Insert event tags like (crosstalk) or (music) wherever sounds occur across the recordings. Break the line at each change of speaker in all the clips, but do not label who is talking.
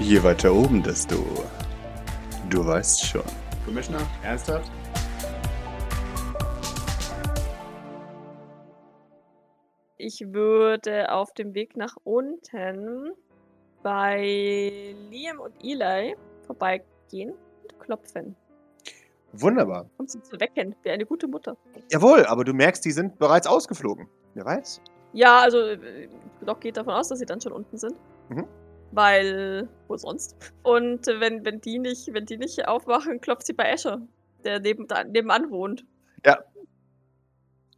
Je weiter oben, desto. Du weißt schon.
Commissioner, ernsthaft?
Ich würde auf dem Weg nach unten bei Liam und Eli vorbeigehen und klopfen.
Wunderbar.
Um sie zu wecken, wie eine gute Mutter.
Jawohl, aber du merkst, die sind bereits ausgeflogen. Wer weiß?
Ja, also äh, Doc geht davon aus, dass sie dann schon unten sind.
Mhm.
Weil, wo sonst? Und äh, wenn, wenn, die nicht, wenn die nicht aufwachen, klopft sie bei Escher, der neben, da, nebenan wohnt.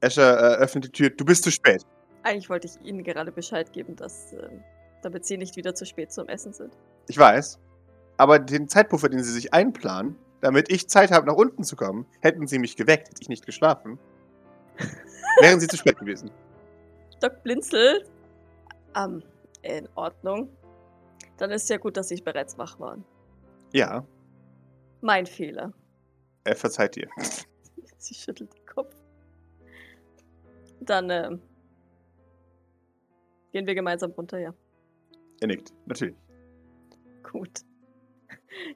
Escher äh, öffnet die Tür. Du bist zu spät.
Eigentlich wollte ich ihnen gerade Bescheid geben, dass, ähm, damit sie nicht wieder zu spät zum Essen sind.
Ich weiß. Aber den Zeitpuffer, den sie sich einplanen, damit ich Zeit habe, nach unten zu kommen, hätten sie mich geweckt, hätte ich
(laughs)
nicht geschlafen. Wären sie zu spät gewesen.
Doc blinzelt. Ähm, in Ordnung. Dann ist ja gut, dass sie bereits wach waren.
Ja,
Mein Fehler. (laughs)
er verzeiht dir.
Sie schüttelt den Kopf. Dann ähm, gehen wir gemeinsam runter, ja.
Er nickt. Natürlich.
Gut. (laughs)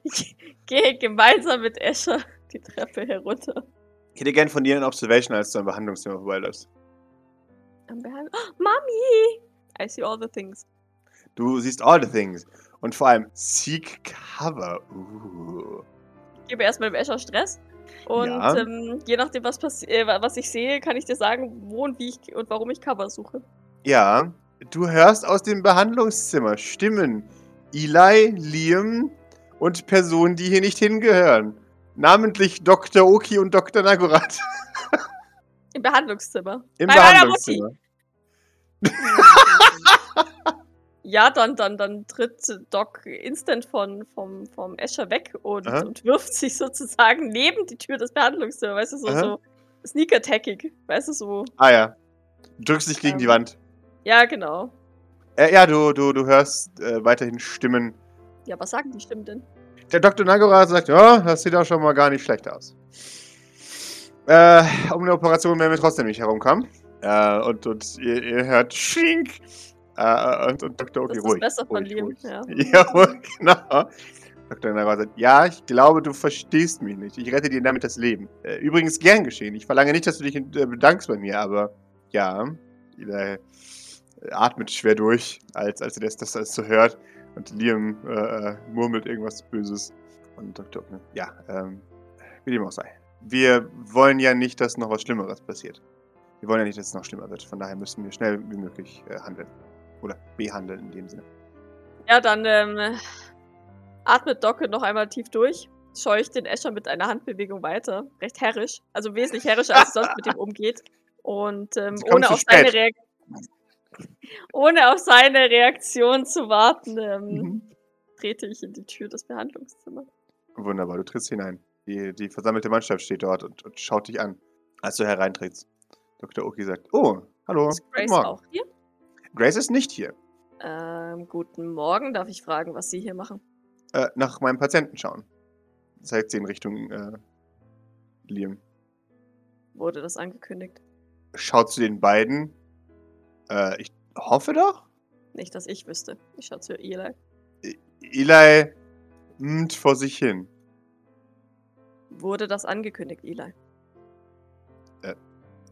Ich gehe gemeinsam mit Escher die Treppe herunter.
Ich hätte gern von dir ein Observation, als du am Behandlungszimmer vorbeiläufst.
Am Behang- Oh, Mami! I see all the things.
Du siehst all the things. Und vor allem Seek Cover. Uh.
Ich gebe erstmal dem Escher Stress. Und
Ja.
ähm, je nachdem, was, passi- äh, wa- was ich sehe, kann ich dir sagen, wo und wie ich und warum ich Cover suche.
Ja, du hörst aus dem Behandlungszimmer Stimmen. Eli, Liam und Personen, die hier nicht hingehören. Namentlich Dr. Oki und Dr. Nagurat.
Im Behandlungszimmer.
(laughs) Im
Bei meiner Mutti.
Behandlungszimmer.
Ja, dann, dann, dann tritt Doc instant von, vom, vom Escher weg und,
Aha.
und wirft (laughs) sich sozusagen neben die Tür des Behandlungszimmers, weißt du, so,
Aha.
so sneaker-tackig, weißt du, so.
Ah ja. Du drückst dich gegen die
Ähm.
Wand.
Ja, genau.
Äh, ja, du, du, du hörst äh, weiterhin Stimmen.
Ja, was sagen die Stimmen denn?
Der Dr. Nagorat sagt, ja, das sieht auch schon mal gar nicht schlecht aus. Äh, um eine Operation werden wir trotzdem nicht herumkommen. Äh, und, und ihr, ihr hört Schink. Äh, und, und Dr. Okay,
Das ist
ruhig.
besser von
ruhig,
Liam,
ruhig.
ja.
(laughs) Jawohl, genau. Dr. Nagorat sagt, ja, ich glaube, du verstehst mich nicht. Ich rette dir damit das Leben. Äh, übrigens gern geschehen. Ich verlange nicht, dass du dich äh, bedankst bei mir, aber ja, er atmet schwer durch, als, als er das, das alles so hört. Und Liam äh, äh, murmelt irgendwas Böses. Und Dr. Ockner, ja, ähm, wie dem auch sei. Wir wollen ja nicht, dass noch was Schlimmeres passiert. Wir wollen ja nicht, dass es noch schlimmer wird. Von daher müssen wir schnell wie möglich äh, handeln. Oder behandeln in dem Sinne.
Ja, dann ähm, atmet Doc noch einmal tief durch, scheucht den Escher mit einer Handbewegung weiter, recht herrisch, also wesentlich herrischer, als sie sonst mit ihm umgeht. Und ähm,
Sie kommen
ohne,
zu
auf seine
spät.
Reak- (laughs) ohne auf seine Reaktion zu warten, ähm,
Mhm.
trete ich in die Tür des Behandlungszimmers.
Wunderbar, du trittst hinein. Die, die versammelte Mannschaft steht dort und, und schaut dich an, als du hereintrittst. Dr. Oki sagt, oh, hallo,
Ist Grace auch hier?
Grace ist nicht hier.
Ähm, guten Morgen, darf ich fragen, was Sie hier machen?
Äh, nach meinem Patienten schauen. Zeigt sie in Richtung äh, Liam.
Wurde das angekündigt?
Schaut zu den beiden. Äh, ich hoffe doch.
Nicht, dass ich wüsste. Ich schaue zu Eli.
Eli mmt vor sich hin.
Wurde das angekündigt, Eli?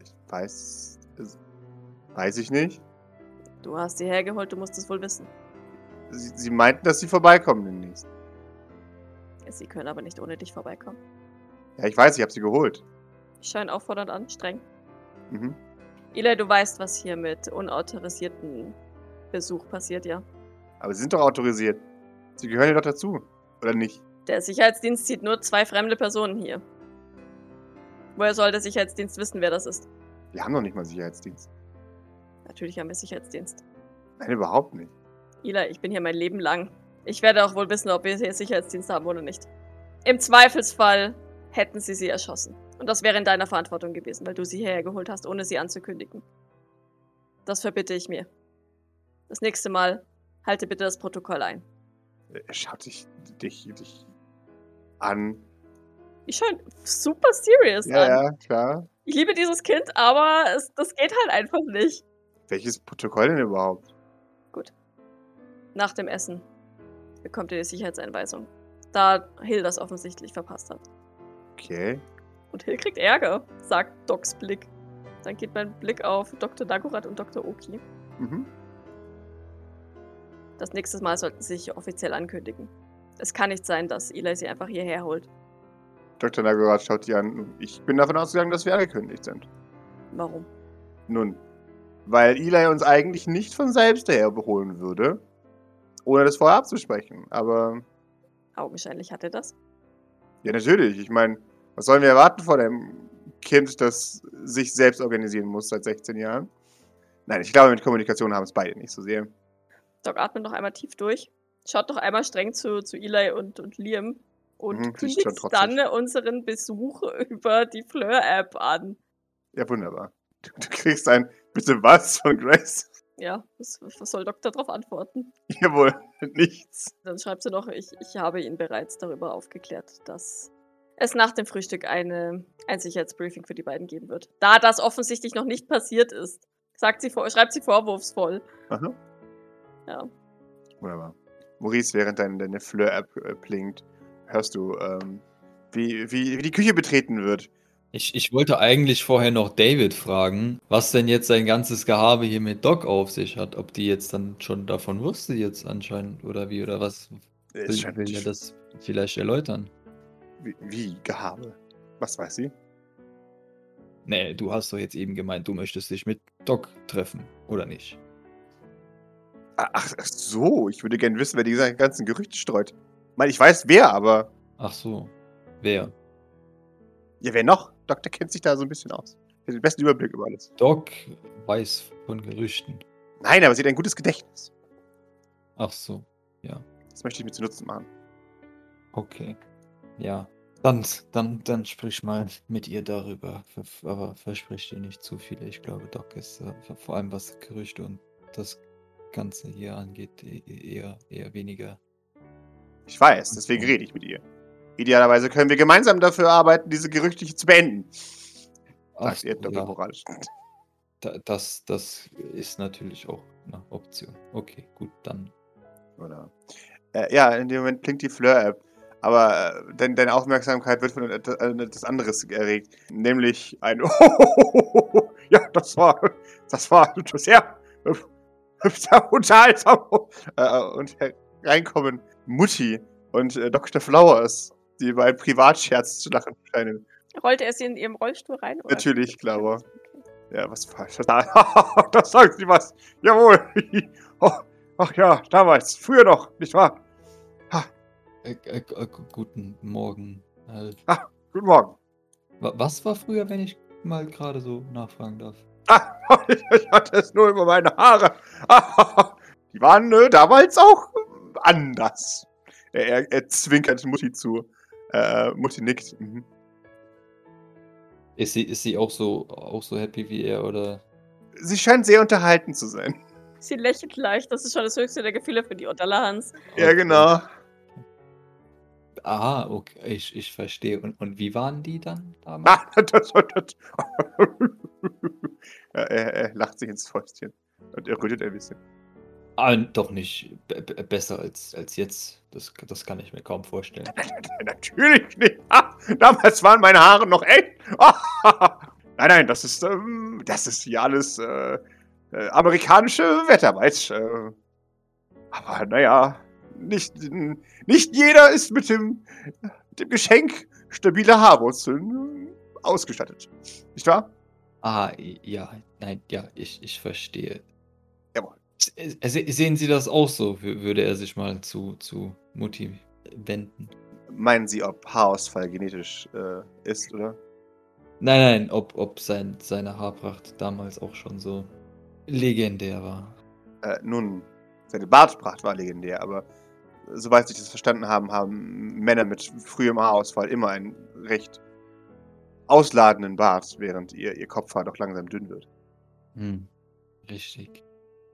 Ich weiß. es- Weiß ich nicht.
Du hast sie hergeholt, du musst es wohl wissen.
Sie, sie meinten, dass sie vorbeikommen demnächst.
Sie können aber nicht ohne dich vorbeikommen.
Ja, ich weiß, ich habe sie geholt.
Ich scheine auffordernd an, streng.
Mhm.
Eli, du weißt, was hier mit unautorisierten Besuch passiert, ja?
Aber sie sind doch autorisiert. Sie gehören ja doch dazu. Oder nicht?
Der Sicherheitsdienst sieht nur zwei fremde Personen hier. Woher soll der Sicherheitsdienst wissen, wer das ist?
Wir haben doch nicht mal Sicherheitsdienst.
Natürlich haben wir Sicherheitsdienst.
Nein, überhaupt nicht.
Ila, ich bin hier mein Leben lang. Ich werde auch wohl wissen, ob wir hier Sicherheitsdienst haben oder nicht. Im Zweifelsfall hätten sie sie erschossen. Und das wäre in deiner Verantwortung gewesen, weil du sie hierher geholt hast, ohne sie anzukündigen. Das verbitte ich mir. Das nächste Mal halte bitte das Protokoll ein.
Er schaut dich, dich, dich an.
Ich scheine super serious an.
Ja, ja, klar.
Ich liebe dieses Kind, aber es, das geht halt einfach nicht.
Welches Protokoll denn überhaupt?
Nach dem Essen bekommt ihr die Sicherheitseinweisung. Da Hill das offensichtlich verpasst hat.
Okay.
Und Hill kriegt Ärger, sagt Docs Blick. Dann geht mein Blick auf Dr. Dagorat und Dr. Oki.
Mhm.
Das nächste Mal sollten sie sich offiziell ankündigen. Es kann nicht sein, dass Eli sie einfach hierher holt.
Dr. Nagorat schaut sie an. Ich bin davon ausgegangen, dass wir angekündigt sind.
Warum?
Nun, weil Eli uns eigentlich nicht von selbst herholen würde, ohne das vorher abzusprechen. Aber
Augenscheinlich hat er das.
ja, natürlich. Ich meine, was sollen wir erwarten von einem Kind, das sich selbst organisieren muss seit 16 Jahren? Nein, ich glaube, mit Kommunikation haben es beide nicht so sehr.
Doc atmet noch einmal tief durch, schaut noch einmal streng zu, zu Eli und, und Liam und
Mhm, die ist schon
kündigt
trotzig.
dann unseren Besuch (laughs) über die Fleur-App an.
Ja, wunderbar. Du, du kriegst ein Bitte was von Grace? (laughs)
Ja, was, was soll Doc darauf antworten?
Jawohl, nichts.
Dann schreibt sie noch, ich, ich habe ihn bereits darüber aufgeklärt, dass es nach dem Frühstück eine, ein Sicherheitsbriefing für die beiden geben wird. Da das offensichtlich noch nicht passiert ist, sagt sie, vor- schreibt sie vorwurfsvoll.
Aha.
Ja.
Wunderbar. Maurice, während deine, deine Fleur-App äh, blinkt, hörst du, ähm, wie, wie, wie die Küche betreten wird.
Ich, ich wollte eigentlich vorher noch David fragen, was denn jetzt sein ganzes Gehabe hier mit Doc auf sich hat. Ob die jetzt dann schon davon wusste jetzt anscheinend oder wie oder was.
Äh,
Will,
scheint-
will er das vielleicht erläutern?
wie, wie Gehabe? Was weiß sie?
Nee, du hast doch jetzt eben gemeint, du möchtest dich mit Doc treffen, oder nicht?
Ah, Ach, ach so, ich würde gerne wissen, wer die ganzen Gerüchte streut. Ich meine, ich weiß wer, aber
Ach so. Wer?
ja, wer noch? Doktor kennt sich da so ein bisschen aus. Er hat den besten Überblick über alles.
Doc weiß von Gerüchten.
Nein, aber sie hat ein gutes Gedächtnis.
Ach so.
Das möchte ich mir zu Nutzen machen.
Okay. Ja. Dann, dann, dann sprich mal mit ihr darüber. Ver- Aber versprich ihr nicht zu viel. Ich glaube, Doc ist äh, vor- vor allem was Gerüchte und das Ganze hier angeht, e- e- eher, eher weniger.
Ich weiß, deswegen
Okay.
rede ich mit ihr. Idealerweise können wir gemeinsam dafür arbeiten, diese Gerüchte hier zu beenden.
Ach
Sagt ihr
so,
Doktor moralisch.
Da- Das, das ist natürlich auch eine Option. Okay, gut, dann.
Oder? Äh, ja, in dem Moment blinkt die Fleur-App. Aber äh, dein, deine Aufmerksamkeit wird von et- äh, etwas anderes erregt. Nämlich ein (laughs) Ja, das war. Das war sehr. sehr (laughs) unterhaltsam. Äh, und hereinkommen Mutti und äh, Dr. Flowers, die über einen Privatscherz zu lachen scheinen.
Rollte er sie in ihrem Rollstuhl rein? Oder?
Natürlich, klar.
Okay.
Ja, was falsch. Da (laughs) sagt sie was. Jawohl. (laughs) oh, ach ja, damals. Früher noch, nicht wahr?
Äh, äh, g- äh, guten Morgen. Äh,
Guten Morgen.
wa- was war früher, wenn ich mal gerade so nachfragen darf?
(laughs) ich hatte es nur über meine Haare. (laughs) Die waren äh, damals auch anders. Er, er, er zwinkert Mutti zu. Äh, Mutti nickt. Mhm.
Ist sie, ist sie auch so, auch so happy wie er oder?
Sie scheint sehr unterhalten zu sein. (laughs)
Sie lächelt leicht, das ist schon das höchste der Gefühle für die Otterlahans.
Ja, genau.
Aha, okay, Ah, ich, ich verstehe. Und, und wie waren die dann damals?
Ah, (laughs) das, das, das. er, er, er lacht sich ins Fäustchen. Und er rötet ein bisschen.
Ah, doch nicht be- be- besser als, als jetzt. Das, das kann ich mir kaum vorstellen.
Natürlich nicht. Ah, damals waren meine Haare noch echt. (laughs) Ah. nein, nein, das ist, ähm, das ist hier alles äh, äh, amerikanische Wettarbeit. Äh, aber naja, nicht, nicht jeder ist mit dem, dem Geschenk stabiler Haarwurzeln äh, ausgestattet. Nicht wahr?
Ah, ja, nein, ja, ich, ich verstehe.
Jawohl.
Se- se- Sehen Sie das auch so? wü- Würde er sich mal zu, zu Mutti wenden?
Meinen Sie, ob Haarausfall genetisch äh, ist, oder?
Nein, nein, ob, ob sein, seine Haarpracht damals auch schon so legendär war.
Äh, nun, seine Bartpracht war legendär, aber äh, soweit ich das verstanden habe, haben Männer mit frühem Haarausfall immer einen recht ausladenden Bart, während ihr, ihr Kopfhaar doch langsam dünn wird.
Hm, richtig.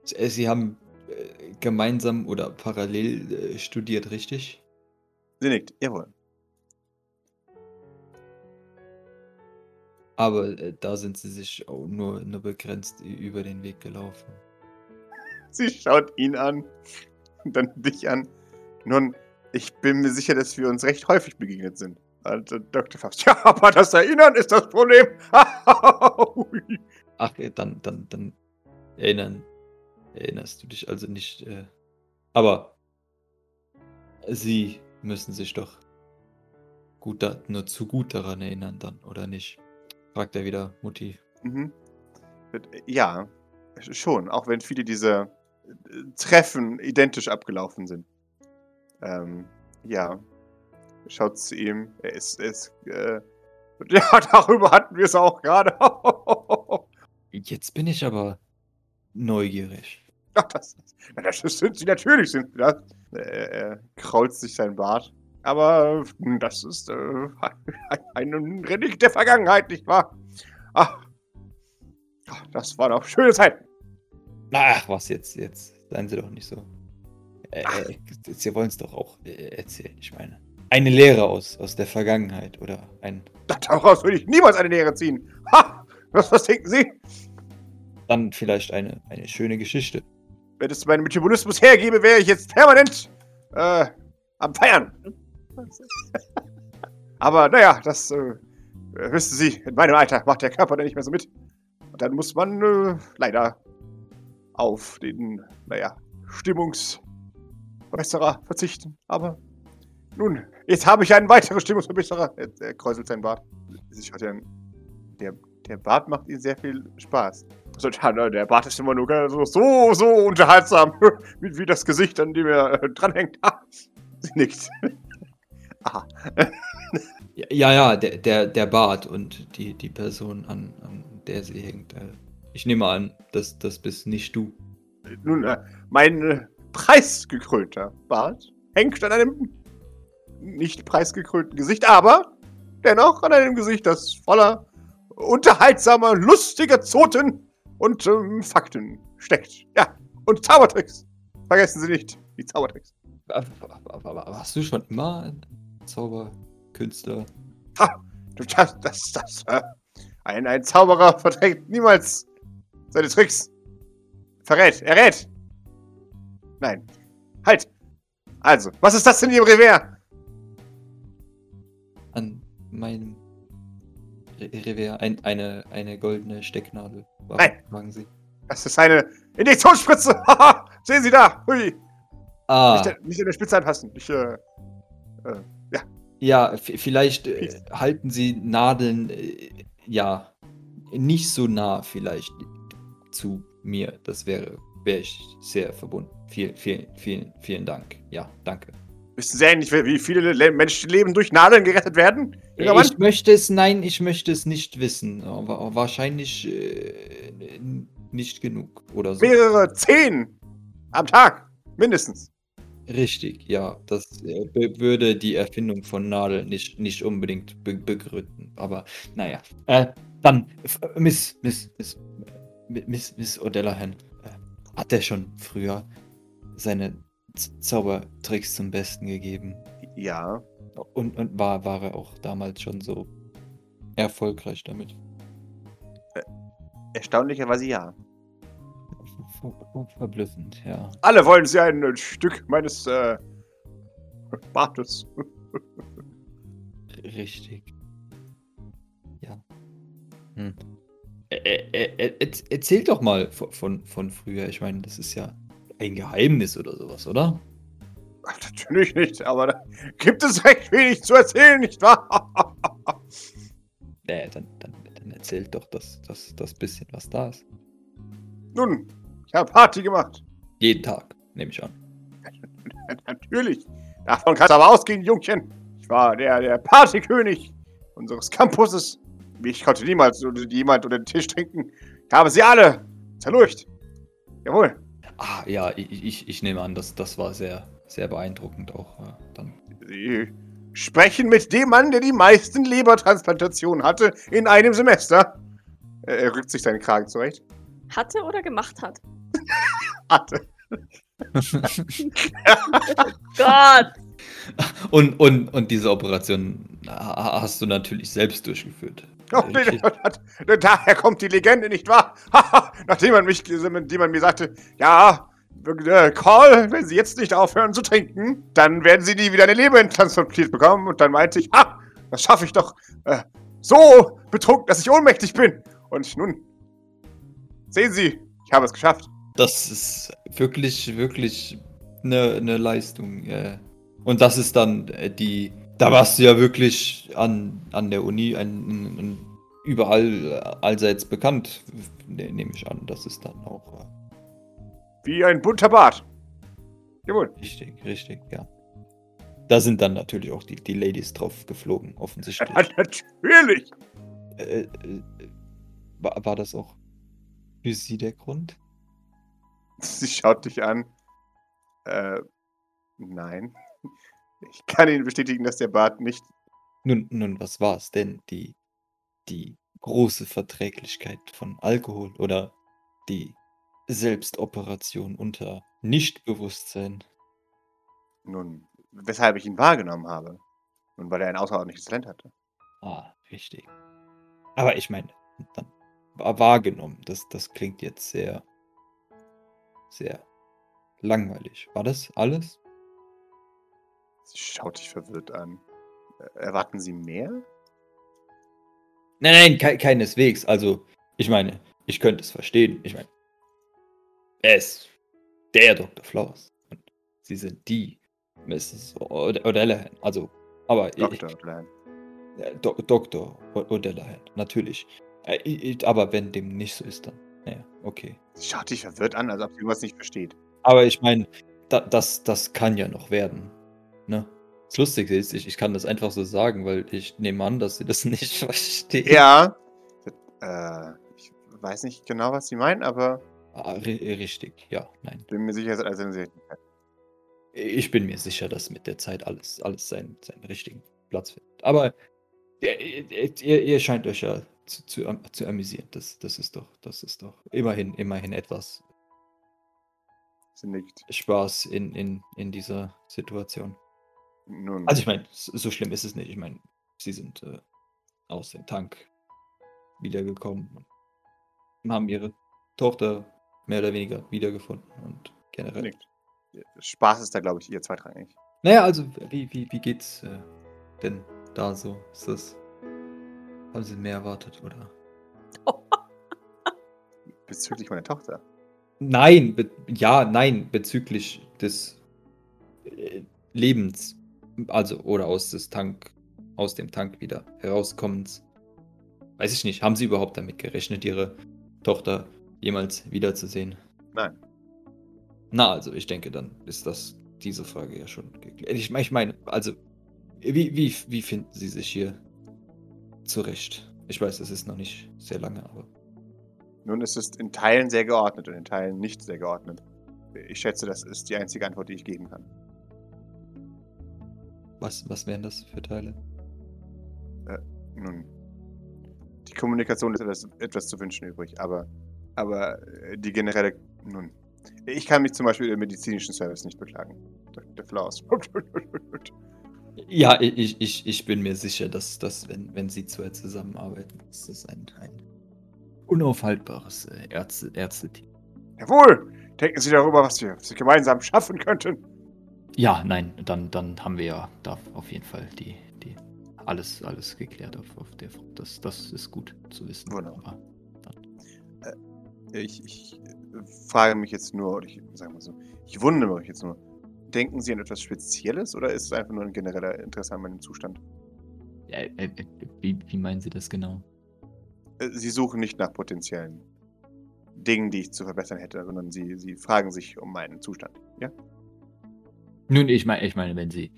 S- äh, Sie haben äh, gemeinsam oder parallel äh, studiert, richtig?
Sie nickt, jawohl.
Aber äh, da sind Sie sich auch nur, nur begrenzt ü- über den Weg gelaufen.
(laughs) Sie schaut ihn an, dann dich an. Nun, ich bin mir sicher, dass wir uns recht häufig begegnet sind. Also, Dr. Faust, (laughs) ja, aber das Erinnern ist das Problem. (laughs)
Ach, äh, dann, dann, dann erinnern. Erinnerst du dich also nicht. Äh, aber sie müssen sich doch gut da, nur zu gut daran erinnern dann, oder nicht? Fragt er wieder Mutti.
Mhm. äh, Ja, schon, auch wenn viele dieser äh, Treffen identisch abgelaufen sind. Ähm, ja. Schaut zu ihm. Er ist, er ist äh, (laughs) ja, darüber hatten wir es auch gerade. (laughs) Ach,
Jetzt bin ich aber neugierig.
das, na, das sind sie, natürlich sind sie das. Äh, Er krault sich sein Bart. Aber äh, das ist äh, (laughs) ein Relikt der Vergangenheit, nicht wahr? Ah, Ach, das war doch schöne Zeit.
Ach, was jetzt, jetzt? Seien Sie doch nicht so. Äh, äh, Sie wollen es doch auch äh, erzählen, ich meine. Eine Lehre aus, aus der Vergangenheit oder ein.
Daraus würde ich niemals eine Lehre ziehen. Ha! Was, was denken Sie?
Dann vielleicht eine, eine schöne Geschichte.
Wenn es meinen Metabolismus hergebe, wäre ich jetzt permanent äh, am Feiern. Aber naja, das äh, wissen Sie, in meinem Alter macht der Körper dann nicht mehr so mit. Und dann muss man äh, leider auf den, naja, Stimmungsverbesserer verzichten. Aber nun, jetzt habe ich einen weiteren Stimmungsverbesserer. Er, er kräuselt seinen Bart. Ich hatte einen, der, der Bart macht ihm sehr viel Spaß. So, ja, ne, der Bart ist immer nur gar- so, so, so unterhaltsam, (laughs) wie, wie das Gesicht, an dem er äh, dranhängt. Ah, (laughs) sie nickt.
Ja, ja, ja, der, der, der Bart und die, die Person, an, an der sie hängt. äh, Ich nehme an, das, das bist nicht du.
Nun, äh, mein äh, preisgekrönter Bart hängt an einem nicht preisgekrönten Gesicht, aber dennoch an einem Gesicht, das voller unterhaltsamer, lustiger Zoten und ähm, Fakten steckt. Ja, und Zaubertricks. Vergessen Sie nicht, die Zaubertricks.
Aber- aber- aber- aber Warst du schon immer ein Zauberkünstler?
Du, Das, das, das, äh, ein, ein Zauberer verträgt niemals seine Tricks. Verrät, er rät. Nein. Halt. Also, was ist das denn, Ihrem Revers?
An meinem Re- Revier ein, eine, eine goldene Stecknadel. Warum
Nein.
fragen Sie?
Das ist eine Injektionsspritze. (laughs) Haha, sehen Sie da. Hui.
Ah,
Nicht, nicht in der Spitze anpassen. Ich, äh,
ja, v- vielleicht äh,
Peace.
halten Sie Nadeln, äh, ja, nicht so nah vielleicht zu mir. Das wäre, wäre ich sehr verbunden. Vielen, vielen, vielen, vielen Dank. Ja, danke.
wissen Sie eigentlich, wie wie viele Le Menschen leben durch Nadeln gerettet werden? Junger Mann?
Ich möchte es, nein, ich möchte es nicht wissen. Aber wahrscheinlich äh, n- nicht genug oder so.
Mehrere zehn am Tag. Mindestens.
Richtig, ja. Das äh, be- würde die Erfindung von Nadeln nicht, nicht unbedingt be begründen. Aber naja. Äh, dann, f- äh, Miss, Miss, Miss, äh, Miss, Miss O'Dellahan, äh, hat er schon früher seine Z Zaubertricks zum Besten gegeben.
Ja.
Und, und war, war er auch damals schon so erfolgreich damit.
Erstaunlicherweise ja.
Ver- ver- Verblüffend, ja.
Alle wollen sie ein äh, Stück meines äh, Bartes. (laughs)
Richtig. Ja. Hm. Ä- ä- ä- ä- erz- Erzähl doch mal von, von, von früher. Ich meine, das ist ja ein Geheimnis oder sowas, oder?
Ach, Natürlich nicht, aber da gibt es recht wenig zu erzählen, nicht wahr? (laughs)
Nee, Äh, dann, dann, dann erzähl doch das, das, das bisschen, was da ist.
Nun, ich habe Party gemacht.
Jeden Tag, nehme ich an.
Natürlich. Davon kannst du aber ausgehen, Jungchen. Ich war der, der Partykönig unseres Campuses. Ich konnte niemals oder jemand unter den Tisch trinken. Ich habe sie alle zerlurcht. Jawohl.
Ah, ja, ich, ich, ich nehme an, das, das war sehr, sehr beeindruckend auch. äh, Dann.
Sie sprechen mit dem Mann, der die meisten Lebertransplantationen hatte in einem Semester. Er, er rückt sich seinen Kragen zurecht.
Hatte oder gemacht hat.
Hatte.
Gott!
Und, und, und diese Operation ha- hast du natürlich selbst durchgeführt. Äh,
Oh, nee, Äh,
Richtig.
das- (laughs) das- daher kommt die Legende, nicht wahr? Nachdem man, mich, nachdem man mir sagte, ja, äh, Call, wenn Sie jetzt nicht aufhören zu trinken, dann werden Sie nie wieder eine Leber transplantiert bekommen. Und dann meinte ich, ah, das schaffe ich doch äh, so betrunken, dass ich ohnmächtig bin. Und nun, sehen Sie, ich habe es geschafft.
Das ist wirklich, wirklich eine, eine Leistung. äh. Und das ist dann äh, die. Da warst du ja wirklich an, an der Uni ein, ein, ein, überall äh, allseits bekannt, ne- nehme ich an. Das ist dann auch äh,
Wie ein bunter Bart. Jawohl. (laughs)
richtig, richtig, ja. Da sind dann natürlich auch die, die Ladies drauf geflogen, offensichtlich.
Natürlich.
äh, äh, war, war das auch für sie der Grund?
(laughs) Sie schaut dich an. Äh, nein. Ich kann Ihnen bestätigen, dass der Bart nicht.
Nun, nun, was war es denn? Die, die große Verträglichkeit von Alkohol oder die Selbstoperation unter Nichtbewusstsein?
Nun, weshalb ich ihn wahrgenommen habe. Nun, weil er ein außerordentliches Talent hatte.
Ah, richtig. Aber ich meine, dann wa- wahrgenommen, das, das klingt jetzt sehr, sehr langweilig. War das alles?
Sie schaut dich verwirrt an. Äh, Erwarten Sie mehr?
Nein, nein, kei- keineswegs. Also, ich meine, ich könnte es verstehen. Ich meine, er ist der Dr. Flowers. Und sie sind die Mrs. O'D- O'Dellahan. Also, aber
Doktor, Klein.
Ich, äh, Do Dr. O- O'Dellahan, natürlich. Äh, i- i- aber wenn dem nicht so ist, dann. Naja, okay.
Sie schaut dich verwirrt an, als ob sie irgendwas nicht versteht.
Aber ich meine, da, das, das kann ja noch werden. Ne? Das Lustige ist, ich, ich kann das einfach so sagen, weil ich nehme an, dass sie das (laughs) nicht verstehen.
Ja. Äh, ich weiß nicht genau, was Sie meinen, aber
Ah, ri- richtig, ja, nein.
bin mir sicher, also wenn Sie.
Ich bin mir sicher, dass mit der Zeit alles, alles seinen, seinen richtigen Platz findet. Aber ihr, ihr, ihr- ihr scheint euch ja zu, zu, am- zu amüsieren. Das, das ist doch, das ist doch immerhin, immerhin etwas
Sie nickt.
Spaß in, in, in dieser Situation.
Nun,
Also ich meine, s- so schlimm ist es nicht. Ich meine, sie sind äh, aus dem Tank wiedergekommen und haben ihre Tochter mehr oder weniger wiedergefunden und generell.
nickt. Spaß ist da, glaube ich, ihr zweitrangig.
Naja, also, wie, wie, wie geht's äh, denn da so? Ist das. Haben Sie mehr erwartet, oder?
Bezüglich meiner Tochter.
Nein, be- ja, nein, bezüglich des äh, Lebens. Also, oder aus des Tank, aus dem Tank wieder herauskommens. Weiß ich nicht, haben Sie überhaupt damit gerechnet, Ihre Tochter jemals wiederzusehen?
Nein.
Na, also, ich denke, dann ist das diese Frage ja schon geklärt. Ich, mein- ich meine, also, wie, wie, wie finden Sie sich hier zurecht? Ich weiß, es ist noch nicht sehr lange, aber.
Nun ist es in Teilen sehr geordnet und in Teilen nicht sehr geordnet. Ich schätze, das ist die einzige Antwort, die ich geben kann.
Was, was wären das für Teile?
Nun, die Kommunikation ist etwas, etwas zu wünschen übrig, aber, aber äh, die generelle. Nun, ich kann mich zum Beispiel über den medizinischen Service nicht beklagen. Dr. Flaus.
Ja, i- ich, ich, ich bin mir sicher, dass, dass wenn, wenn sie zwei zusammenarbeiten, ist das ein, ein unaufhaltbares äh, Ärzte, Ärzteteam.
(laughs) Jawohl! Denken Sie darüber, was wir, was wir gemeinsam schaffen könnten.
Ja, nein, dann, dann haben wir ja da auf jeden Fall die, die alles, alles geklärt auf, auf der Front. Das, das ist gut zu wissen.
Wunderbar.
Aber
Ich, ich äh, frage mich jetzt nur, oder ich sage mal so, ich wundere mich jetzt nur. Denken Sie an etwas Spezielles oder ist es einfach nur ein genereller Interesse an meinem Zustand?
Äh, äh, äh, wie, wie meinen Sie das genau?
Äh, sie suchen nicht nach potenziellen Dingen, die ich zu verbessern hätte, sondern sie, sie fragen sich um meinen Zustand. Ja?
Nun, ich meine, ich meine, wenn sie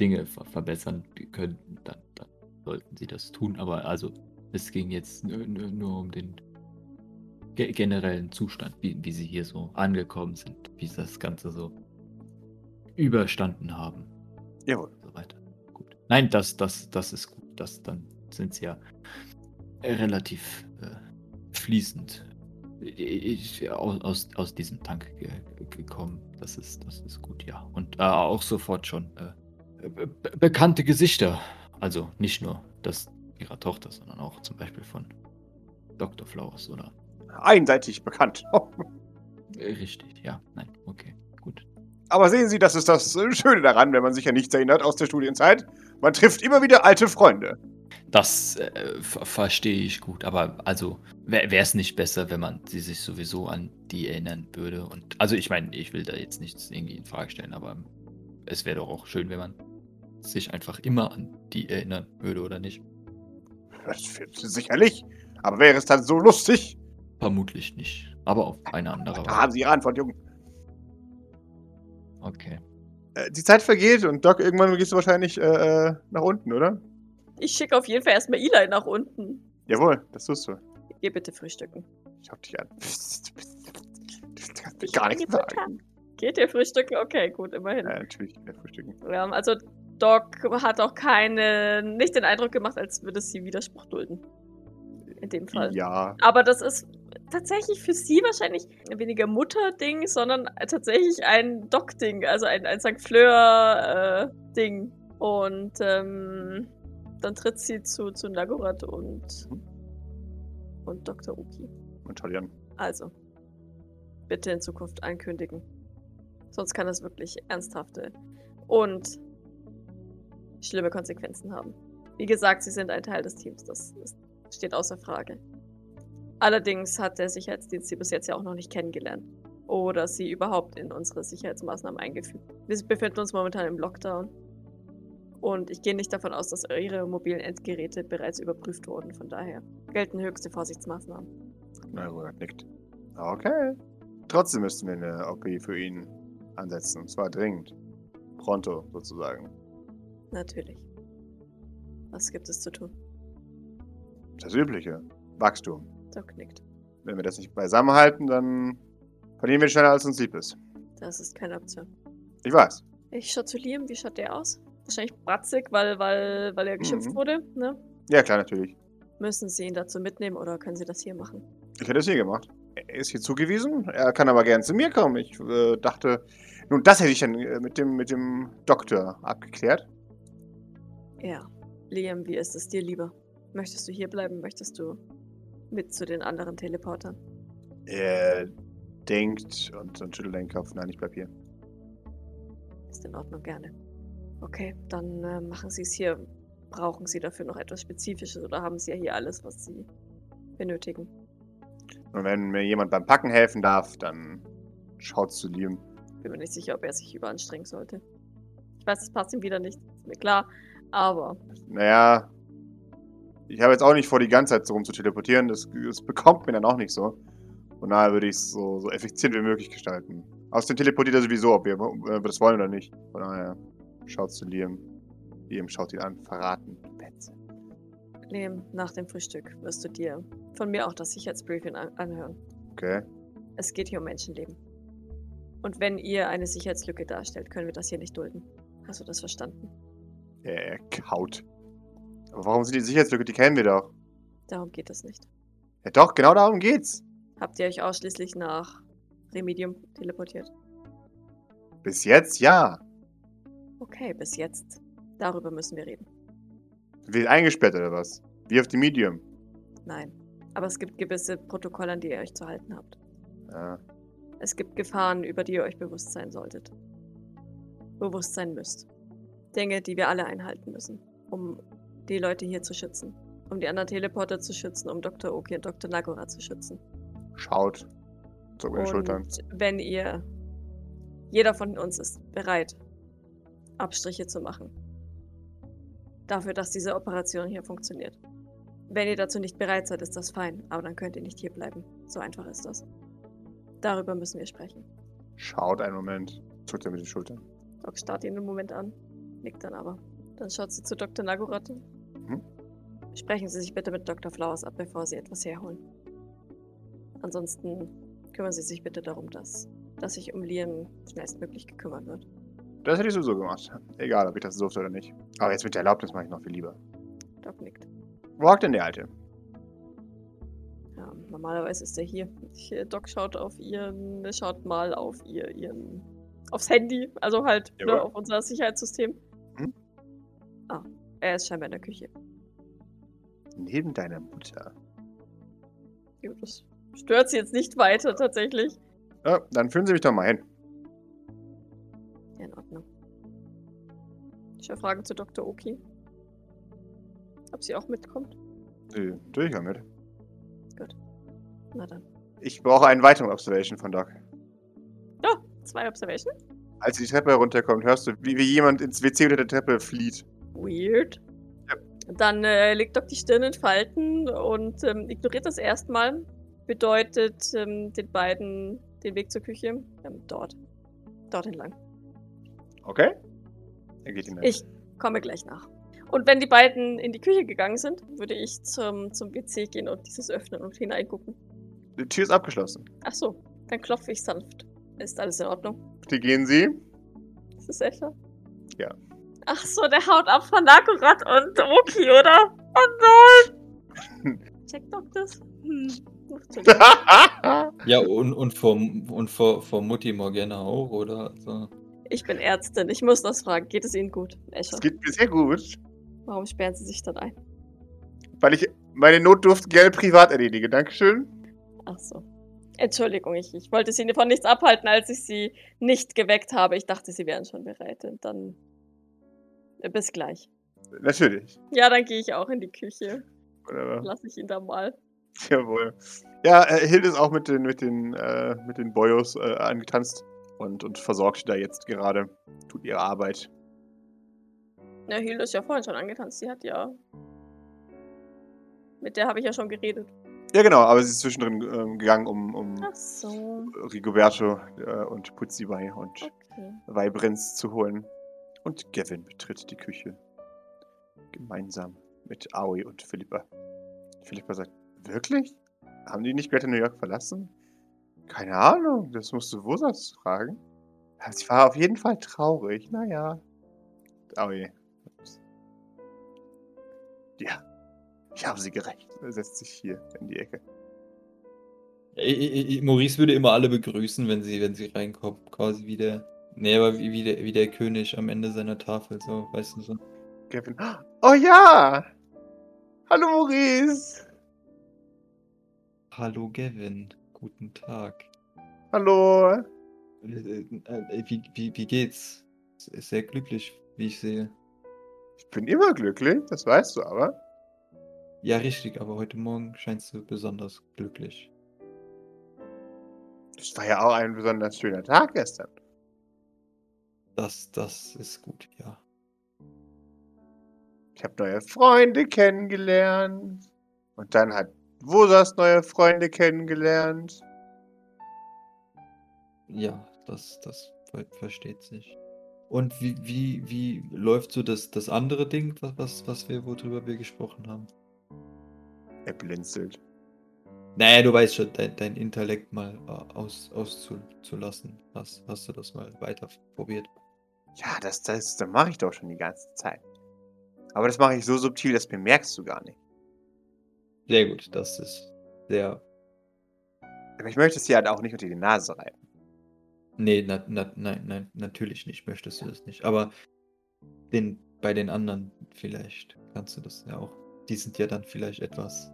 Dinge ver verbessern könnten, dann, dann sollten sie das tun. Aber also, es ging jetzt nur, nur, nur um den ge generellen Zustand, wie, wie sie hier so angekommen sind, wie sie das Ganze so überstanden haben
Jawohl.
und so weiter. Gut. Nein, das, das, das ist gut. Das, dann sind sie ja relativ äh, fließend ich, aus, aus, aus diesem Tank ge gekommen. Das ist, das ist gut, ja. Und äh, auch sofort schon äh, be be- bekannte Gesichter. Also nicht nur das ihrer Tochter, sondern auch zum Beispiel von Dr. Flowers oder äh,
Einseitig bekannt.
Richtig, ja. Nein, okay, gut.
(laughs) Aber sehen Sie, das ist das äh, Schöne daran, wenn man sich ja nichts erinnert aus der Studienzeit. Man trifft immer wieder alte Freunde.
Das äh, ver- verstehe ich gut, aber also wäre es nicht besser, wenn man sie sich sowieso an die erinnern würde. Und also ich meine, ich will da jetzt nichts irgendwie in Frage stellen, aber es wäre doch auch schön, wenn man sich einfach immer an die erinnern würde, oder nicht?
Das wird sicherlich. Aber wäre es dann so lustig?
Vermutlich nicht. Aber auf eine andere
Da haben Sie Ihre Antwort, Junge.
Okay.
Äh, die Zeit vergeht und Doc, irgendwann gehst du wahrscheinlich äh, äh, nach unten, oder?
Ich schicke auf jeden Fall erstmal Eli nach unten.
Jawohl, das tust du.
Geh bitte frühstücken.
Ich hab dich an. Du kannst mir
Ich
gar
bin
nichts
die Mutter.
sagen.
Geht ihr frühstücken? Okay, gut, immerhin.
Ja, natürlich, ja, frühstücken.
Ähm, also Doc hat auch keine, nicht den Eindruck gemacht, als würde sie Widerspruch dulden. In dem Fall.
Ja.
Aber das ist tatsächlich für sie wahrscheinlich weniger Mutter-Ding, sondern tatsächlich ein Doc-Ding, also ein, ein St. Fleur-Ding. und ähm, dann tritt sie zu, zu Nagorath und, und Dr. Uki.
Und schau dir an.
Also, bitte in Zukunft ankündigen. Sonst kann das wirklich ernsthafte und schlimme Konsequenzen haben. Wie gesagt, sie sind ein Teil des Teams, das ist, steht außer Frage. Allerdings hat der Sicherheitsdienst sie bis jetzt ja auch noch nicht kennengelernt. Oder sie überhaupt in unsere Sicherheitsmaßnahmen eingefügt. Wir befinden uns momentan im Lockdown. Und ich gehe nicht davon aus, dass ihre mobilen Endgeräte bereits überprüft wurden. Von daher gelten höchste Vorsichtsmaßnahmen.
Na gut, das nickt. Okay. Trotzdem müssten wir eine OP für ihn ansetzen. Und zwar dringend. Pronto, sozusagen.
Natürlich. Was gibt es zu tun?
Das Übliche. Wachstum.
Doc nickt.
Wenn wir das nicht beisammenhalten, dann verlieren wir schneller, als uns lieb ist.
Das ist keine Option.
Ich weiß.
Ich schaue zu Liam. Wie schaut der aus? Wahrscheinlich bratzig, weil, weil, weil er geschimpft
Mhm.
wurde. Ne?
Ja, klar, natürlich.
Müssen Sie ihn dazu mitnehmen oder können Sie das hier machen?
Ich hätte es hier gemacht. Er ist hier zugewiesen. Er kann aber gern zu mir kommen. Ich äh, dachte, nun, das hätte ich dann äh, mit dem, mit dem Doktor abgeklärt.
Ja. Liam, wie ist es dir lieber? Möchtest du hier bleiben? Möchtest du mit zu den anderen Teleportern?
Er denkt und, und schüttelt den Kopf. Nein, ich bleib hier.
Ist in Ordnung, gerne. Okay, dann äh, machen Sie es hier. Brauchen Sie dafür noch etwas Spezifisches oder haben Sie ja hier alles, was Sie benötigen?
Und wenn mir jemand beim Packen helfen darf, dann schaut zu Liam.
Bin mir nicht sicher, ob er sich überanstrengen sollte. Ich weiß, das passt ihm wieder nicht, ist mir klar. Aber
Naja, ich habe jetzt auch nicht vor, die ganze Zeit so rum zu teleportieren. Das, das bekommt mir dann auch nicht so. Von daher würde ich es so, so effizient wie möglich gestalten. Außerdem teleportiert er sowieso, ob wir, ob wir das wollen oder nicht. Von daher, schaut zu Liam. Liam schaut ihn an. Verraten. Petze.
Liam, nach dem Frühstück wirst du dir von mir auch das Sicherheitsbriefing an anhören.
Okay.
Es geht hier um Menschenleben. Und wenn ihr eine Sicherheitslücke darstellt, können wir das hier nicht dulden. Hast du das verstanden?
Er, er kaut. Aber warum sind die Sicherheitslücke? Die kennen wir doch.
Darum geht es nicht.
Ja doch, genau darum geht's.
Habt ihr euch ausschließlich nach Remedium teleportiert?
Bis jetzt ja.
Okay, bis jetzt. Darüber müssen wir reden.
Wir eingesperrt oder was? Wie auf die Medium.
Nein. Aber es gibt gewisse Protokolle, an die ihr euch zu halten habt.
Ja.
Es gibt Gefahren, über die ihr euch bewusst sein solltet. Bewusst sein müsst. Dinge, die wir alle einhalten müssen, um die Leute hier zu schützen. Um die anderen Teleporter zu schützen, um Dr. Oki und Dr. Nagora zu schützen.
Schaut. Zuckt mit den Schultern.
Und wenn ihr, jeder von uns ist bereit, Abstriche zu machen. Dafür, dass diese Operation hier funktioniert. Wenn ihr dazu nicht bereit seid, ist das fein, aber dann könnt ihr nicht hier bleiben. So einfach ist das. Darüber müssen wir sprechen.
Schaut einen Moment. Zuckt er mit den Schultern.
Doc starrt ihn einen Moment an, nickt dann aber. Dann schaut sie zu Dr. Nagorath.
Mhm.
Sprechen Sie sich bitte mit Dr. Flowers ab, bevor Sie etwas herholen. Ansonsten kümmern Sie sich bitte darum, dass, dass sich um Liam schnellstmöglich gekümmert wird.
Das hätte ich sowieso gemacht. Egal, ob ich das durfte oder nicht. Aber jetzt mit der Erlaubnis mache ich noch viel lieber.
Doc nickt.
Wo hockt denn der Alte?
Ja, normalerweise ist er hier. Ich, äh, Doc schaut auf ihren, schaut mal auf ihr, ihren, aufs Handy, also halt
Jawohl.
ne, auf unser Sicherheitssystem.
Mhm.
Ah, er ist scheinbar in der Küche.
Neben deiner Mutter.
Jo, das stört sie jetzt nicht weiter tatsächlich.
Ja, dann führen Sie mich doch mal hin.
Ja, in Ordnung. Ich habe Fragen zu Dr. Oki. Ob sie auch mitkommt?
Äh, Natürlich damit.
Na dann.
Ich brauche einen weiteren Observation von Doc.
Zwei Observation?
Als sie die Treppe herunterkommt, hörst du, wie, wie jemand ins WC unter der Treppe flieht.
Weird. Dann äh, legt Doc die Stirn in Falten und ähm, ignoriert das erstmal. Bedeutet ähm, den beiden den Weg zur Küche. Ähm, dort. Dort entlang.
Okay? Er geht hinein.
Ich komme gleich nach. Und wenn die beiden in die Küche gegangen sind, würde ich zum, zum WC gehen und dieses öffnen und hineingucken.
Die Tür ist abgeschlossen.
Ach so, dann klopfe ich sanft. Ist alles in Ordnung?
Bitte gehen
(laughs)
Sie.
Ist das sicher?
Ja.
Ach so, der haut ab von Nakorat und Oki, oder?
(laughs)
Oh nein! Checkt doch das? Hm. Ach, Entschuldigung.
Ja, und, und, vor, und vor, vor Mutti Morgana auch, oder? Also,
Ich bin Ärztin, ich muss das fragen. Geht es Ihnen gut, Escher?
Es geht mir sehr gut,
Warum sperren Sie sich dann ein?
weil ich meine Notdurft gerne privat erledige. Dankeschön.
Ach so. Entschuldigung, ich, ich wollte Sie von nichts abhalten, als ich Sie nicht geweckt habe. Ich dachte, Sie wären schon bereit. Und dann. äh, Bis gleich.
Natürlich.
Ja, dann gehe ich auch in die Küche.
Wunderbar.
Lass ich ihn da mal.
(laughs) Jawohl. Ja, äh, Hild ist auch mit den, mit den, äh, mit den Boyos äh, angetanzt und, und versorgt sie da jetzt gerade. Tut ihre Arbeit.
Na, Hilde ist ja vorhin schon angetanzt. Sie hat ja. Mit der habe ich ja schon geredet.
Ja, genau, aber sie ist zwischendrin ähm, gegangen, um, um
Ach so.
Rigoberto äh, und Putzibei und
Okay.
Weibrenz zu holen. Und Gavin betritt die Küche. Gemeinsam mit Aoi und Philippa. Philippa sagt, wirklich? Haben die nicht Greater New York verlassen? Keine Ahnung, das musst du Wursatz fragen. Ja, Sie war auf jeden Fall traurig, naja. Aoi. Ja, ich habe sie gerecht. Er setzt sich hier in die Ecke.
I- I- I- Maurice würde immer alle begrüßen, wenn sie, wenn sie reinkommt, quasi wie der. Nee, aber wie, wie, der, wie der König am Ende seiner Tafel, so, weißt du so.
Gavin, oh ja! Hallo Maurice!
Hallo Gavin, guten Tag.
Hallo!
Äh, äh, Wie, wie, wie geht's? Ist sehr glücklich, wie ich sehe.
Ich bin immer glücklich, das weißt du aber.
Ja, richtig, aber heute Morgen scheinst du besonders glücklich.
Es war ja auch ein besonders schöner Tag gestern.
Das, das ist gut, ja.
Ich habe neue Freunde kennengelernt. Und dann hat Wosas neue Freunde kennengelernt.
Ja, das, das ver- versteht sich. Und wie, wie, wie läuft so das, das andere Ding, was, was, was wir, worüber wir gesprochen haben?
Er blinzelt.
Naja, du weißt schon, dein, dein Intellekt mal äh, aus, auszulassen. Hast, hast du das mal weiter probiert?
Ja, das, das, das mache ich doch schon die ganze Zeit. Aber das mache ich so subtil, das bemerkst du gar nicht.
Sehr gut, das ist sehr.
Aber ich möchte es dir halt auch nicht unter die Nase reiben.
Nee, na, na, nein, nein, natürlich nicht, möchtest du das nicht. Aber den, bei den anderen vielleicht kannst du das ja auch. Die sind ja dann vielleicht etwas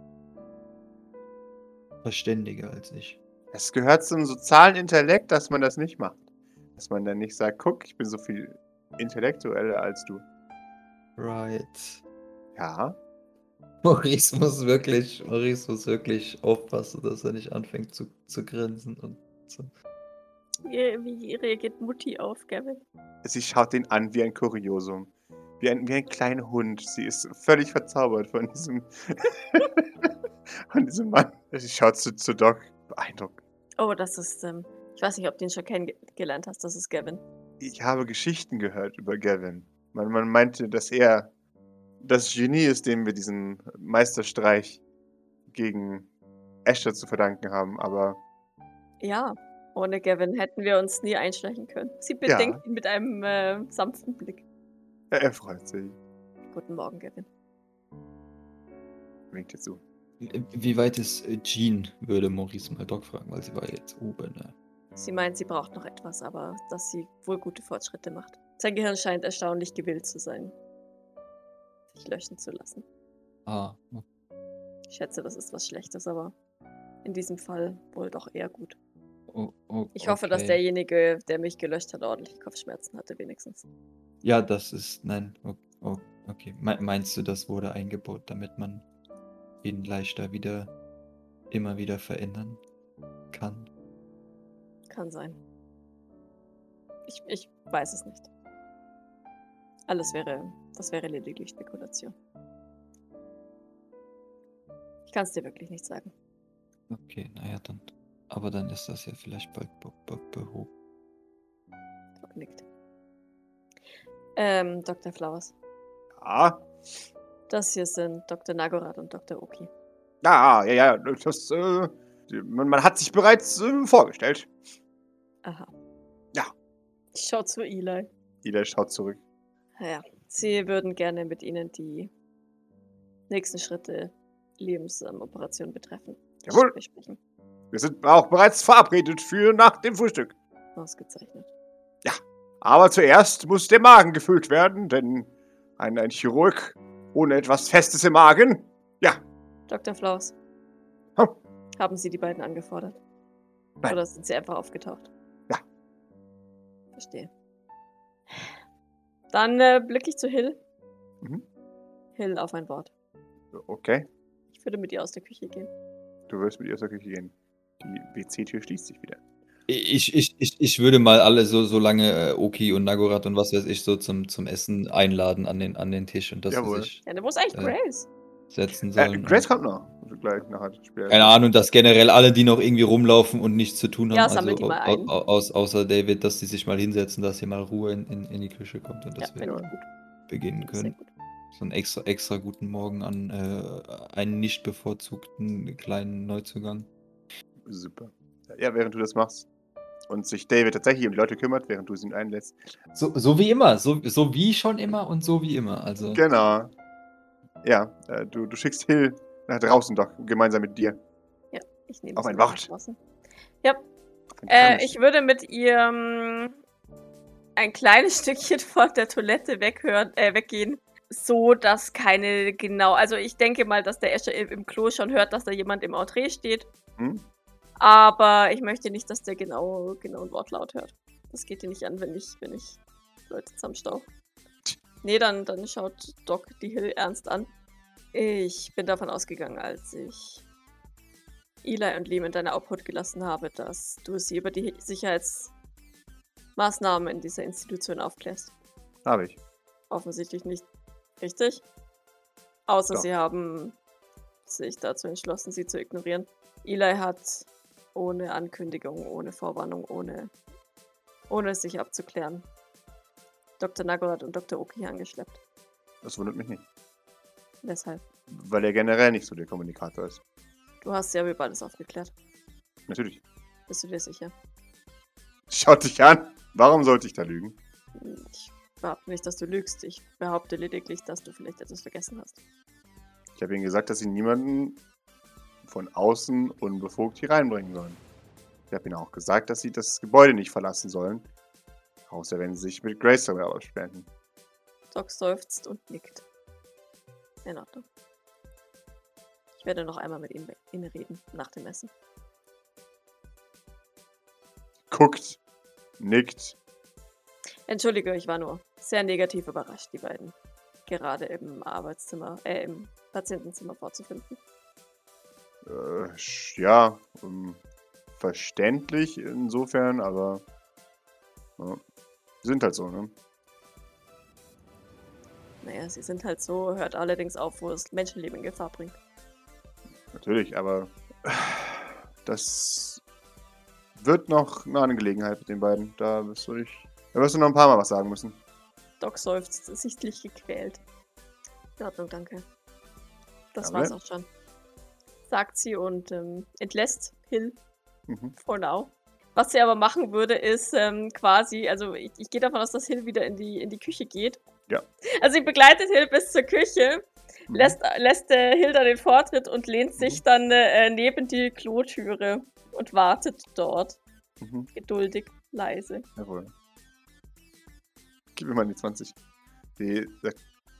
verständiger als ich.
Es gehört zum sozialen Intellekt, dass man das nicht macht. Dass man dann nicht sagt, guck, ich bin so viel intellektueller als du.
Right. (laughs)
Ja,
Maurice muss wirklich, Maurice muss wirklich aufpassen, dass er nicht anfängt zu, zu grinsen und zu.
Wie, wie reagiert Mutti auf, Gavin?
Sie schaut ihn an wie ein Kuriosum. Wie ein, wie ein kleiner Hund. Sie ist völlig verzaubert von diesem, (laughs) von diesem Mann. Sie schaut zu, zu Doc. Beeindruckt.
Oh, das ist, ähm, ich weiß nicht, ob du ihn schon kennengelernt hast, das ist Gavin.
Ich habe Geschichten gehört über Gavin. Man, man meinte, dass er das Genie ist, dem wir diesen Meisterstreich gegen Asher zu verdanken haben. Aber
Ja, ohne Gavin hätten wir uns nie einschleichen können. Sie
Ja.
bedenkt ihn mit einem äh, sanften Blick.
er, er freut sich.
Guten Morgen, Gavin.
Winkt ihr zu.
Wie weit ist äh, Jean, würde Maurice mal Doc fragen, weil sie war jetzt oben. Ne?
Sie meint, sie braucht noch etwas, aber dass sie wohl gute Fortschritte macht. Sein Gehirn scheint erstaunlich gewillt zu sein, sich löschen zu lassen.
Ah, okay.
Ich schätze, das ist was Schlechtes, aber in diesem Fall wohl doch eher gut.
O- o-
Ich hoffe, dass
okay.
derjenige, der mich gelöscht hat, ordentlich Kopfschmerzen hatte, wenigstens.
Ja, das ist. Nein. o- o- Okay. Me- Meinst du, das wurde eingebaut, damit man ihn leichter wieder. immer wieder verändern kann?
Kann sein. Ich, ich weiß es nicht. Alles wäre, das wäre lediglich Spekulation. Ich kann es dir wirklich nicht sagen.
Okay, naja, dann. Aber dann ist das ja vielleicht bald be be behoben.
Doc nickt. Ähm, Dr. Flowers.
Ah,
Das hier sind Dr. Nagorath und Dr. Oki.
ah, ja, ja, ja. Das, äh, man, man hat sich bereits äh, vorgestellt.
Aha.
Ja.
Ich schau zu Eli.
Ida schaut zurück.
Ja, sie würden gerne mit Ihnen die nächsten Schritte Lebensoperation betreffen.
Jawohl,
Besprechen.
wir sind auch bereits verabredet für nach dem Frühstück.
Ausgezeichnet.
Aber zuerst muss der Magen gefüllt werden, denn ein, ein Chirurg ohne etwas Festes im Magen.
Dr. Flaus.
Ha.
Haben Sie die beiden angefordert?
Nein.
Oder sind sie einfach aufgetaucht?
Ja.
Verstehe. Dann äh, blicke ich zu Hill.
Mhm.
Hill auf ein Wort.
Okay,
Ich würde mit ihr aus der Küche gehen.
du wirst mit ihr zur Küche gehen. Die WC-Tür schließt sich wieder.
Ich, ich, ich, ich würde mal alle so, so lange äh, Oki und Nagorath und was weiß ich so zum, zum Essen einladen an den, an den Tisch und dass
Jawohl.
sie sich
Ja, da muss eigentlich
Äh,
Grace.
setzen
Äh,
sollen.
Grace
und-
kommt noch. Also gleich nachher später.
Keine Ahnung, dass generell alle, die noch irgendwie rumlaufen und nichts zu tun haben,
Ja,
also
sammelt die
au-
mal
au-
ein.
au- aus, außer David, dass die sich mal hinsetzen, dass hier mal Ruhe in, in, in die Küche kommt und
Ja,
dass
finde
wir
ich gut.
beginnen
Sehr
können.
gut.
So einen extra, extra guten Morgen an äh, einen nicht bevorzugten kleinen Neuzugang.
Super. Ja, während du das machst und sich David tatsächlich um die Leute kümmert, während du sie einlädst.
So, so wie immer, so, so wie schon immer und so wie immer. Also
Genau. Ja, äh, du, du schickst Hill nach draußen, Doc, gemeinsam mit dir.
Ich nehme
Auf
sie
ein
mit
Wort.
draußen. Äh, ich würde mit ihr ähm, ein kleines (laughs) Stückchen von der Toilette weghören, äh, weggehen, so dass keine genau. Also ich denke mal, dass der Escher im, im Klo schon hört, dass da jemand im Entree steht.
Hm?
Aber ich möchte nicht, dass der genau genauen Wortlaut hört. Das geht dir nicht an, wenn ich, wenn ich Leute zusammenstau. Nee, dann, dann schaut Doc die Hill ernst an. Ich bin davon ausgegangen, als ich Eli und Liam in deiner Obhut gelassen habe, dass du sie über die Sicherheitsmaßnahmen in dieser Institution aufklärst.
Habe ich.
Offensichtlich nicht richtig. Außer
Doch.
sie haben sich dazu entschlossen, sie zu ignorieren. Eli hat ohne Ankündigung, ohne Vorwarnung, ohne, ohne sich abzuklären, Dr. Nagorath und Dr. Oki angeschleppt.
Das wundert mich nicht.
Weshalb?
Weil er generell nicht so der Kommunikator ist.
Du hast ja über alles aufgeklärt.
Natürlich. (laughs)
Bist du dir sicher?
Schaut dich an. Warum sollte ich da lügen?
Hm, Ich behaupte nicht, dass du lügst. Ich behaupte lediglich, dass du vielleicht etwas vergessen hast.
Ich habe ihnen gesagt, dass sie niemanden von außen unbefugt hier reinbringen sollen. Ich habe ihnen auch gesagt, dass sie das Gebäude nicht verlassen sollen. Außer wenn sie sich mit Grace dabei absprechen.
Doc seufzt und nickt. In Ordnung. Ich werde noch einmal mit ihm be- Ihnen reden, nach dem Essen.
Guckt, nickt,
Entschuldige, ich war nur sehr negativ überrascht, die beiden gerade im Arbeitszimmer, äh, im Patientenzimmer vorzufinden.
Äh, sch- ja, ähm, verständlich insofern, aber ja, sind halt so, ne?
Naja, sie sind halt so, hört allerdings auf, wo es Menschenleben in Gefahr bringt.
Natürlich, aber das wird noch eine Angelegenheit mit den beiden. Da wirst du dich. Da wirst du noch ein paar Mal was sagen müssen.
Doc seufzt, sichtlich gequält. In Ordnung, danke. Das
Gerne.
war's auch schon. Sagt sie und ähm, entlässt Hill
Mhm.
for now. Genau. Was sie aber machen würde, ist ähm, quasi, also ich, ich gehe davon aus, dass Hill wieder in die, in die Küche geht.
Ja.
Also sie begleitet Hill bis zur Küche,
Mhm.
lässt, lässt äh, Hill dann den Vortritt und lehnt sich dann äh, neben die Klotüre und wartet dort.
Mhm.
Geduldig, leise.
Jawohl. Gib mir mal die 20. Die, da,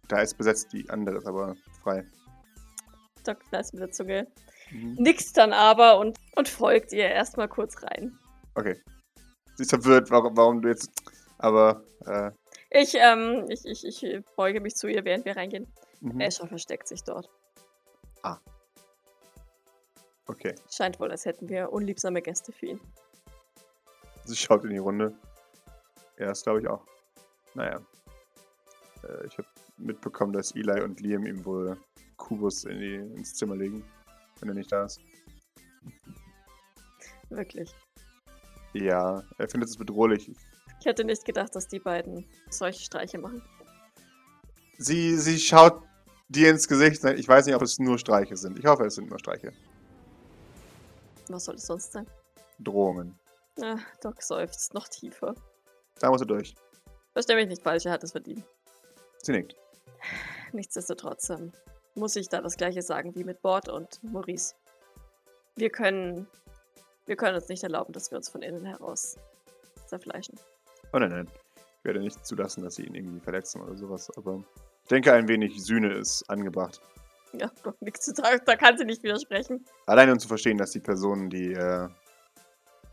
da ist besetzt, die andere ist aber frei.
Doc knallt mit der Zunge.
Mhm.
Nix dann aber und, und folgt ihr erstmal kurz rein.
Sie ist verwirrt, warum, warum du jetzt. Aber, äh,
Ich, ähm, ich, ich, ich beuge mich zu ihr, während wir reingehen.
mhm.
Escher versteckt sich dort.
okay.
Scheint wohl, als hätten wir unliebsame Gäste für ihn.
Sie schaut in die Runde. Ja, das glaube ich auch. Naja. Äh, ich habe mitbekommen, dass Eli und Liam ihm wohl Kubus in die, ins Zimmer legen, wenn er nicht da ist.
Wirklich.
Ja, er findet es bedrohlich.
Ich hätte nicht gedacht, dass die beiden solche Streiche machen.
Sie, sie schaut dir ins Gesicht. Ich weiß nicht, ob es nur Streiche sind. Ich hoffe, es sind nur Streiche.
Was soll es sonst sein?
Drohungen.
Ah, Doc seufzt noch tiefer.
Da musst du durch.
Versteh mich nicht falsch, er hat es verdient.
Sie nickt.
Nichtsdestotrotz ähm, muss ich da das gleiche sagen wie mit Bord und Maurice. Wir können, wir können uns nicht erlauben, dass wir uns von innen heraus zerfleischen.
Oh nein, nein. Ich werde nicht zulassen, dass sie ihn irgendwie verletzen oder sowas. Aber ich denke, ein wenig Sühne ist angebracht.
Ja, (laughs) Doc nickt zu da, da kann sie nicht widersprechen.
Alleine um zu verstehen, dass die Personen, die äh,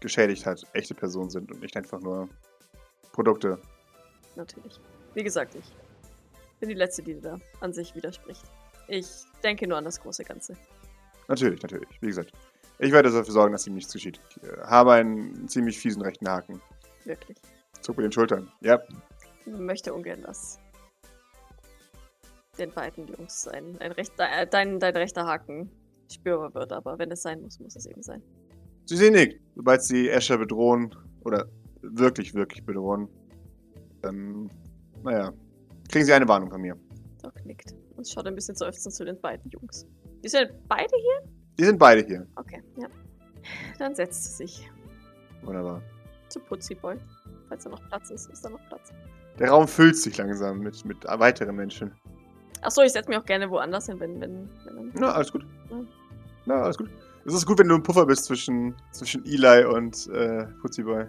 geschädigt hat, echte Personen sind und nicht einfach nur Produkte.
Natürlich. Wie gesagt, ich bin die Letzte, die da an sich widerspricht. Ich denke nur an das große Ganze.
Natürlich, natürlich. Wie gesagt, ich werde dafür sorgen, dass ihm nichts geschieht. Ich äh, habe einen ziemlich fiesen rechten Haken.
Wirklich.
Zuck mit den Schultern. Ja,
Ich möchte ungern, dass den beiden Jungs ein, ein, recht, äh, dein, dein rechter Haken spürbar wird, aber wenn es sein muss, muss es eben sein.
sie sehen nichts. Sobald sie Escher bedrohen oder wirklich, wirklich bedrohen, dann, naja, kriegen sie eine Warnung von mir.
Doc nickt und schaut ein bisschen seufzend zu den beiden Jungs. Die sind beide hier?
Die sind beide hier.
Okay, ja. Dann setzt sie sich
Wunderbar.
zu Putzi Boy. Falls da noch Platz ist, ist da noch Platz.
Der Raum füllt sich langsam mit, mit weiteren Menschen.
Achso, ich setze mich auch gerne woanders hin, wenn, wenn, wenn dann.
Na, alles gut.
Ja.
Na, alles gut. Es ist gut, wenn du ein Puffer bist zwischen, zwischen Eli und äh, Putzi Boy.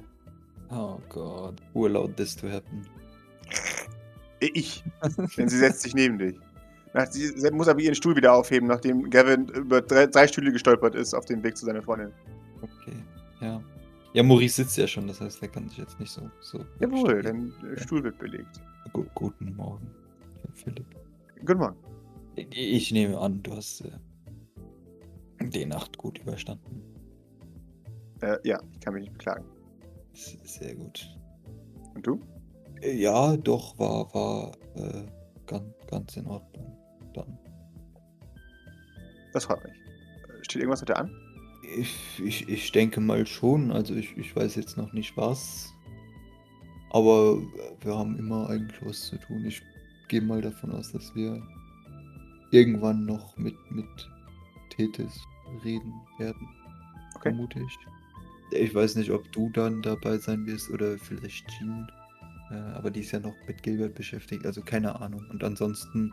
Oh Gott. Who allowed this to happen?
Äh, Ich. Denn sie setzt sich neben dich. Nach, sie, sie muss aber ihren Stuhl wieder aufheben, nachdem Gavin über drei, drei Stühle gestolpert ist auf dem Weg zu seiner Freundin.
Okay, ja. Ja, Maurice sitzt ja schon, das heißt, der kann sich jetzt nicht so. so
Jawohl, dein äh, Stuhl wird belegt.
Gu guten Morgen, Philipp.
Guten Morgen.
Ich, ich nehme an, du hast äh, die Nacht gut überstanden.
Äh, ja, ich kann mich nicht beklagen.
S- Sehr gut.
Und du?
Äh, Ja, doch, war, war äh, ganz, ganz in Ordnung. Dann.
Das freut mich. Äh, Steht irgendwas heute an?
Ich, ich, ich denke mal schon, also ich, ich weiß jetzt noch nicht was. Aber äh, wir haben immer eigentlich was zu tun. Ich gehe mal davon aus, dass wir irgendwann noch mit, mit Tethys reden werden.
Okay.
Vermute ich. Ich weiß nicht, ob du dann dabei sein wirst oder vielleicht Jean. Äh, aber die ist ja noch mit Gilbert beschäftigt, also keine Ahnung. Und ansonsten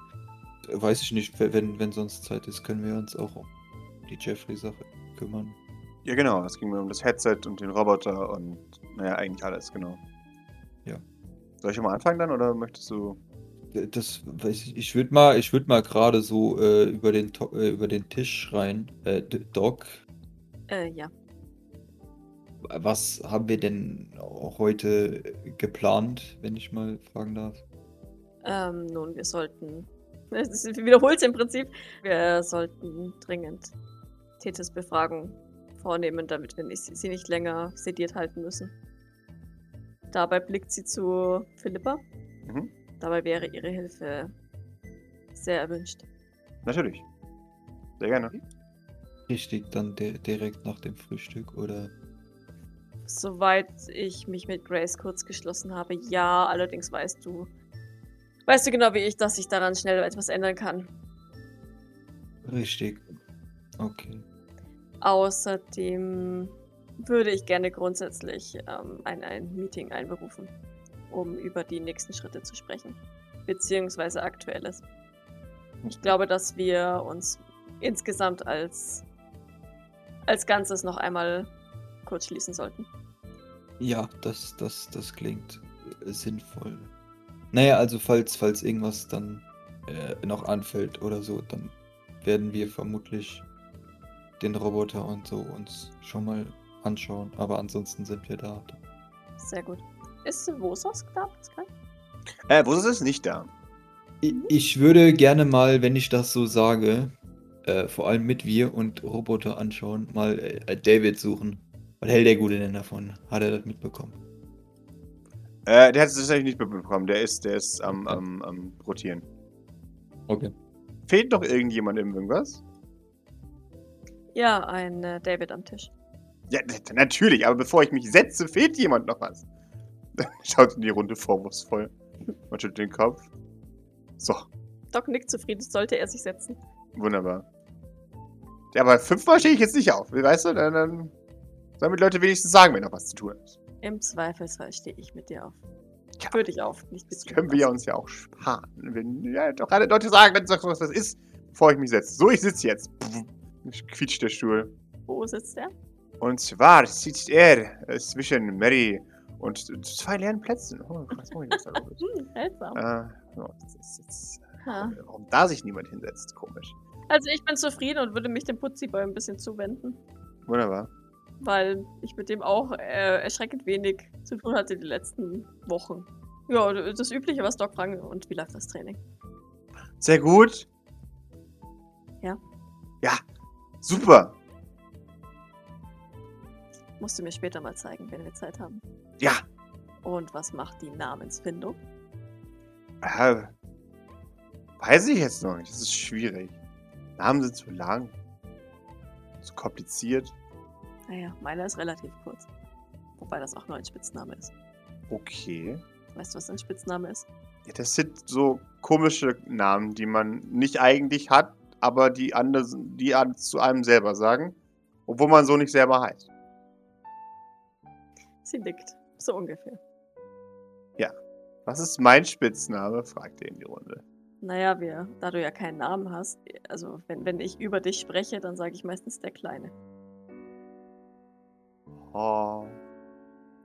äh, weiß ich nicht, we- wenn, wenn sonst Zeit ist, können wir uns auch um die Jeffrey-Sache kümmern.
Ja, genau. Es ging mir um das Headset und den Roboter und, naja, eigentlich alles, genau.
Ja.
Soll ich mal anfangen dann oder möchtest du.
D- Das weiß ich. Ich würde mal, ich würde mal gerade so äh, über den To- äh, über den Tisch schreien. Äh, D- Doc,
Äh, ja.
was haben wir denn heute geplant, wenn ich mal fragen darf?
Ähm, nun, wir sollten. (laughs) Es ist- wiederholt's im Prinzip. Wir sollten dringend Tethys Befragung vornehmen, damit wir nicht, sie nicht länger sediert halten müssen. Dabei blickt sie zu Philippa.
Mhm.
Dabei wäre ihre Hilfe sehr erwünscht.
Natürlich. Sehr gerne.
Richtig, dann di- direkt nach dem Frühstück oder?
Soweit ich mich mit Grace kurz geschlossen habe, ja, allerdings weißt du. Weißt du genau wie ich, dass ich daran schnell etwas ändern kann.
Richtig. Okay.
Außerdem würde ich gerne grundsätzlich ähm, ein, ein Meeting einberufen, um über die nächsten Schritte zu sprechen, beziehungsweise aktuelles. Ich glaube, dass wir uns insgesamt als, als Ganzes noch einmal kurz schließen sollten.
Ja, das, das, das klingt äh, sinnvoll. Naja, also falls, falls irgendwas dann äh, noch anfällt oder so, dann werden wir vermutlich den Roboter und so uns schon mal anschauen. Aber ansonsten sind wir da.
Sehr gut. Ist Vosos da, Pascal?
Äh, wo ist es nicht da?
I- Ich würde gerne mal, wenn ich das so sage, äh, vor allem mit wir und Roboter anschauen, mal äh, äh, David suchen. Was hält der Gute denn davon? Hat er das mitbekommen?
Äh, der hat es tatsächlich nicht mitbekommen. Der ist, der ist am, am, am Rotieren.
Okay.
Fehlt noch irgendjemand in irgendwas?
Ja, ein äh, David am Tisch.
Ja, n- natürlich, aber bevor ich mich setze, fehlt jemand noch was. (laughs) Schaut in die Runde vorwurfsvoll. Man schüttelt den Kopf. So,
Doc nickt zufrieden, sollte er sich setzen.
wunderbar. Ja, aber fünfmal stehe ich jetzt nicht auf, weißt du? Dann, dann sollen mir die Leute wenigstens sagen, wenn noch was zu tun ist.
Im Zweifelsfall stehe ich mit dir auf.
Tja.
Für dich auf, nicht
Das
mit
können wir ja uns ja auch sparen. Wenn ja, doch alle Leute sagen, wenn es was ist, bevor ich mich setze. So, ich sitze jetzt. Quietscht der Stuhl.
Wo sitzt er?
Und zwar sitzt er äh, zwischen Mary und zwei leeren Plätzen. Oh, krass, oh, was ist da
(laughs)
los?
Hm, seltsam.
äh, ja, das ist jetzt, äh,
Ha.
warum da sich niemand hinsetzt, komisch.
Also ich bin zufrieden und würde mich dem Putziboy ein bisschen zuwenden,
Wunderbar.
weil ich mit dem auch äh, erschreckend wenig zu tun hatte die letzten Wochen. Ja, das Übliche, was Doc fragt, und wie läuft das Training?
Sehr gut.
Ja.
Ja, super.
Musst du mir später mal zeigen, wenn wir Zeit haben.
Ja.
Und was macht die Namensfindung?
Äh, weiß ich jetzt noch nicht. Das ist schwierig. Namen sind zu lang. Zu kompliziert.
Naja, Ah meiner ist relativ kurz. Wobei das auch nur ein Spitzname ist.
Okay.
Weißt du, was ein Spitzname ist?
Ja, das sind so komische Namen, die man nicht eigentlich hat, aber die andere, die an- zu einem selber sagen, obwohl man so nicht selber heißt.
Sie nickt. So ungefähr.
Was ist mein Spitzname? fragt er in die Runde.
Naja, wir, da du ja keinen Namen hast, also wenn, wenn ich über dich spreche, dann sage ich meistens der Kleine,
Oh,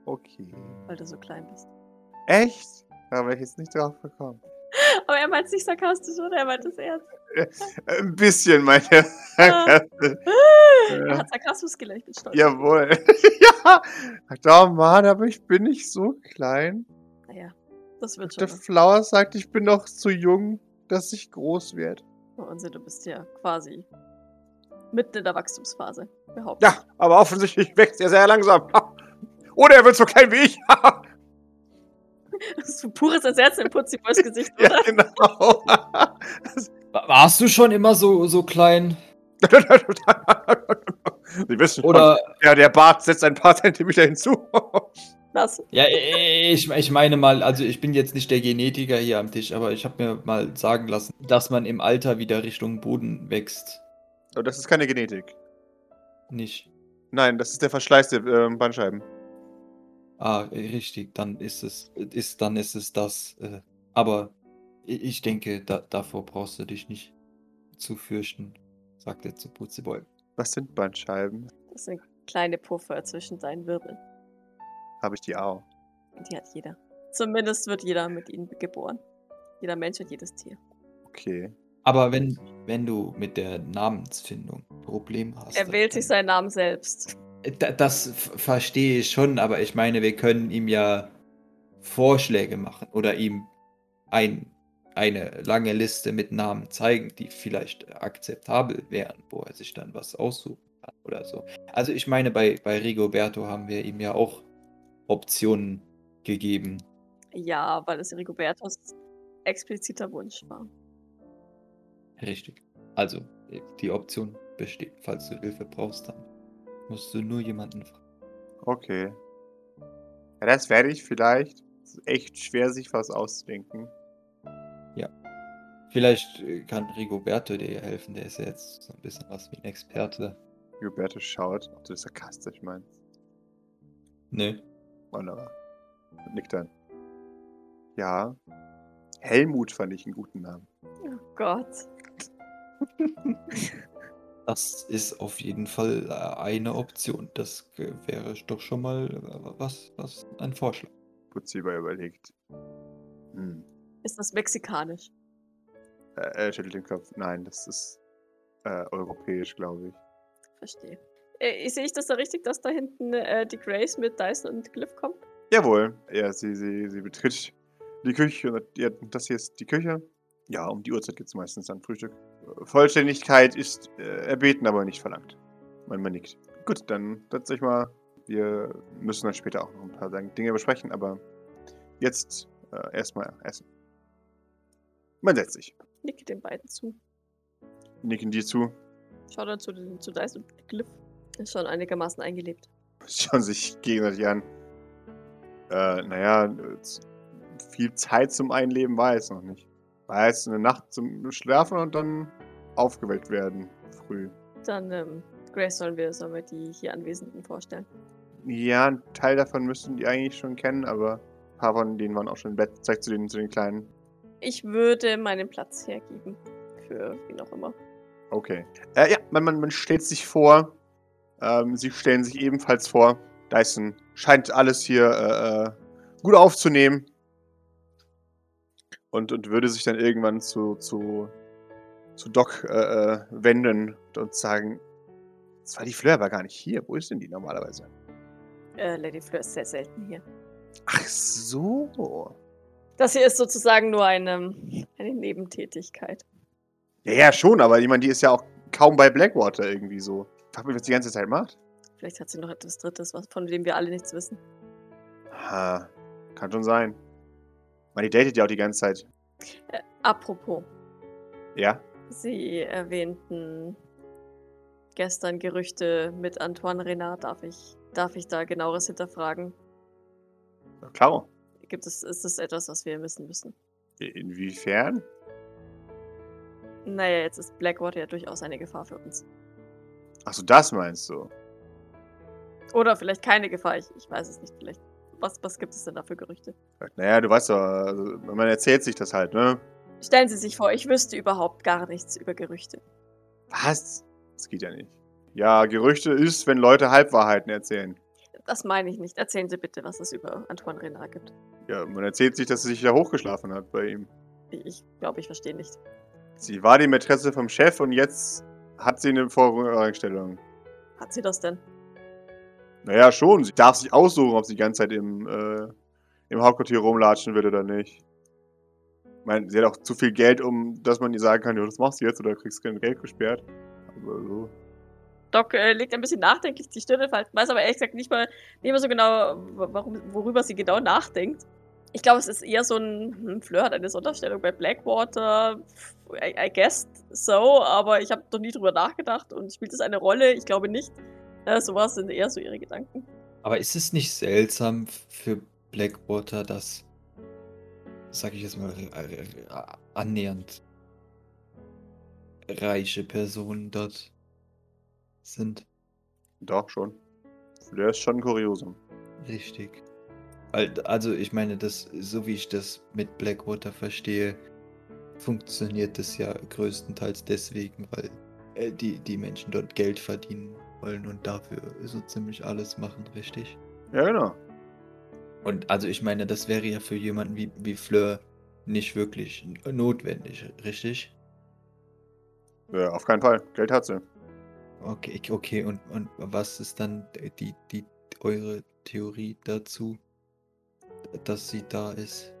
okay.
weil du so klein bist.
Echt? Da wäre ich jetzt nicht drauf gekommen.
Aber er meint es nicht sarkastisch, oder? Er meint es ernst.
Äh, Ein bisschen, meine.
Ah.
Ja.
Er hat Sarkasmus gelächelt, stolz.
Jawohl. (laughs) ja. Da, Mann, aber ich bin nicht so klein.
Naja, das wird schon
Der Flowers sagt, ich bin noch zu jung, dass ich groß werde.
für uns. Oh, Du bist ja quasi mitten in der Wachstumsphase, behaupte
Ja, aber offensichtlich wächst er sehr langsam. Ha. Oder er wird so klein wie ich. (laughs) Ha.
ich. (laughs) Das ist so pures Ersetzen im Putziboys Gesicht, oder?
(laughs) ja, genau. (laughs)
Warst du schon immer so, so klein?
Sie wissen
Oder,
schon, ja, der Bart setzt ein paar Zentimeter hinzu. (laughs)
Das.
ja, ich, ich meine mal, also ich bin jetzt nicht der Genetiker hier am Tisch, aber ich habe mir mal sagen lassen, dass man im Alter wieder Richtung Boden wächst.
Und das ist keine Genetik.
Nicht.
Nein, das ist der Verschleiß der ähm, Bandscheiben.
Ah, richtig, dann ist es, ist, dann ist es das. Äh, aber i- ich denke, da, davor brauchst du dich nicht zu fürchten, sagt er zu Putzeboy.
Was sind Bandscheiben?
Das sind kleine Puffer zwischen deinen Wirbeln.
Habe ich die auch.
Die hat jeder. Zumindest wird jeder mit ihnen geboren. Jeder Mensch und jedes Tier.
Okay.
Aber wenn, wenn du mit der Namensfindung ein Problem hast.
Er wählt sich seinen Namen selbst.
Da- Das f- verstehe ich schon, aber ich meine, wir können ihm ja Vorschläge machen oder ihm ein, eine lange Liste mit Namen zeigen, die vielleicht akzeptabel wären, wo er sich dann was aussuchen kann oder so. Also ich meine, bei, bei Rigoberto haben wir ihm ja auch Optionen gegeben.
Ja, weil es Rigobertos expliziter Wunsch war.
Richtig. Also die Option besteht. Falls du Hilfe brauchst, dann musst du nur jemanden fragen.
Okay. Ja, das werde ich vielleicht. Es ist echt schwer, sich was auszudenken.
Vielleicht äh, kann Rigoberto dir helfen, der ist ja jetzt so ein bisschen was wie ein Experte.
Roberto schaut, ob du das sarkastisch meinst.
Nö.
Wunderbar. Und nickt dann. Ja. Helmut fand ich einen guten Namen.
Oh Gott.
Das ist auf jeden Fall äh, eine Option. Das äh, wäre doch schon mal äh, was, was ein Vorschlag.
Putziber überlegt. Hm.
Ist das mexikanisch?
Äh, äh, schüttelt den Kopf. Nein, das ist äh, europäisch, glaube ich.
Verstehe. äh, sehe ich das da richtig, dass da hinten äh, die Grace mit Dyson und Cliff kommt?
Jawohl. Ja, sie, sie, sie betritt die Küche. und sagt, Ja, das hier ist die Küche. Ja, um die Uhrzeit gibt es meistens dann Frühstück. Vollständigkeit ist äh, erbeten, aber nicht verlangt. Mein Mann nickt. Gut, dann setzt euch mal. Wir müssen dann später auch noch ein paar Dinge besprechen, aber jetzt äh, erstmal essen. Man setzt sich.
Nicke den beiden zu.
Nicken dir zu.
Schau dann zu, den- zu Dyson und Cliff. Ist schon einigermaßen eingelebt.
(laughs) schauen sich gegenseitig an. Äh, naja, z- viel Zeit zum Einleben war jetzt noch nicht. War jetzt eine Nacht zum Schlafen und dann aufgeweckt werden früh.
Dann, ähm, Grace, sollen wir, sollen wir die hier Anwesenden vorstellen?
Ja, ein Teil davon müssten die eigentlich schon kennen, aber ein paar von denen waren auch schon im Bett. Zeigt zu den, zu den Kleinen.
Ich würde meinen Platz hergeben. Für wen auch immer.
Okay. Äh, ja, man, man, man stellt sich vor. Ähm, sie stellen sich ebenfalls vor. Dyson scheint alles hier äh, äh, gut aufzunehmen. Und, und würde sich dann irgendwann zu, zu, zu Doc äh, äh, wenden und sagen: Das war die Fleur, war gar nicht hier. Wo ist denn die normalerweise?
Äh, Lady Fleur ist sehr selten hier.
Ach so.
Das hier ist sozusagen nur eine, eine Nebentätigkeit.
Ja, ja, schon, aber ich meine, die ist ja auch kaum bei Blackwater irgendwie so. Ich frag mich, was die ganze Zeit macht.
Vielleicht hat sie noch etwas Drittes, was, von dem wir alle nichts wissen.
Ha, kann schon sein. Man, die datet ja auch die ganze Zeit.
Apropos,
Ja?
Sie erwähnten gestern Gerüchte mit Antoine Renard. Darf ich, darf ich da genaueres hinterfragen?
Na Klar.
Gibt es, ist es etwas, was wir wissen müssen?
Inwiefern?
Naja, jetzt ist Blackwater ja durchaus eine Gefahr für uns.
Achso, das meinst du?
Oder vielleicht keine Gefahr, ich, ich weiß es nicht. Vielleicht. Was, was gibt es denn da für Gerüchte?
Naja, du weißt doch, also, man erzählt sich das halt, ne?
Stellen Sie sich vor, ich wüsste überhaupt gar nichts über Gerüchte.
Was? Das geht ja nicht. Ja, Gerüchte ist, wenn Leute Halbwahrheiten erzählen.
Das meine ich nicht. Erzählen Sie bitte, was es über Antoine Renard gibt.
Ja, man erzählt sich, dass sie sich da hochgeschlafen hat bei ihm.
Ich glaube, ich verstehe nicht.
Sie war die Mätresse vom Chef und jetzt hat sie eine Vorrangstellung.
Hat sie das denn?
Naja, schon. Sie darf sich aussuchen, ob sie die ganze Zeit im, äh, im Hauptquartier rumlatschen will oder nicht. Ich meine, sie hat auch zu viel Geld, um dass man ihr sagen kann, ja, das machst du jetzt oder kriegst kein Geld gesperrt. Aber so.
Doc äh, legt ein bisschen nachdenklich die Stirn falten, weiß aber ehrlich gesagt nicht mal, nicht mal so genau, w- warum, worüber sie genau nachdenkt. Ich glaube, es ist eher so ein hm, Flirt, eine Sonderstellung bei Blackwater. Pff, I, I guess so, aber ich habe noch nie drüber nachgedacht und spielt es eine Rolle? Ich glaube nicht. Äh, sowas sind eher so ihre Gedanken.
Aber ist es nicht seltsam für Blackwater, dass, sag ich jetzt mal, äh, äh, annähernd reiche Personen dort sind?
Doch, schon. Der ist schon kuriosum.
Richtig. Al- Also ich meine, das, so wie ich das mit Blackwater verstehe, funktioniert das ja größtenteils deswegen, weil äh, die, die Menschen dort Geld verdienen wollen und dafür so ziemlich alles machen, richtig?
Ja, genau.
Und also ich meine, das wäre ja für jemanden wie, wie Fleur nicht wirklich n- notwendig, richtig?
Ja, auf keinen Fall. Geld hat sie.
Okay, ich- okay, und, und was ist dann die, die eure Theorie dazu, dass sie da ist?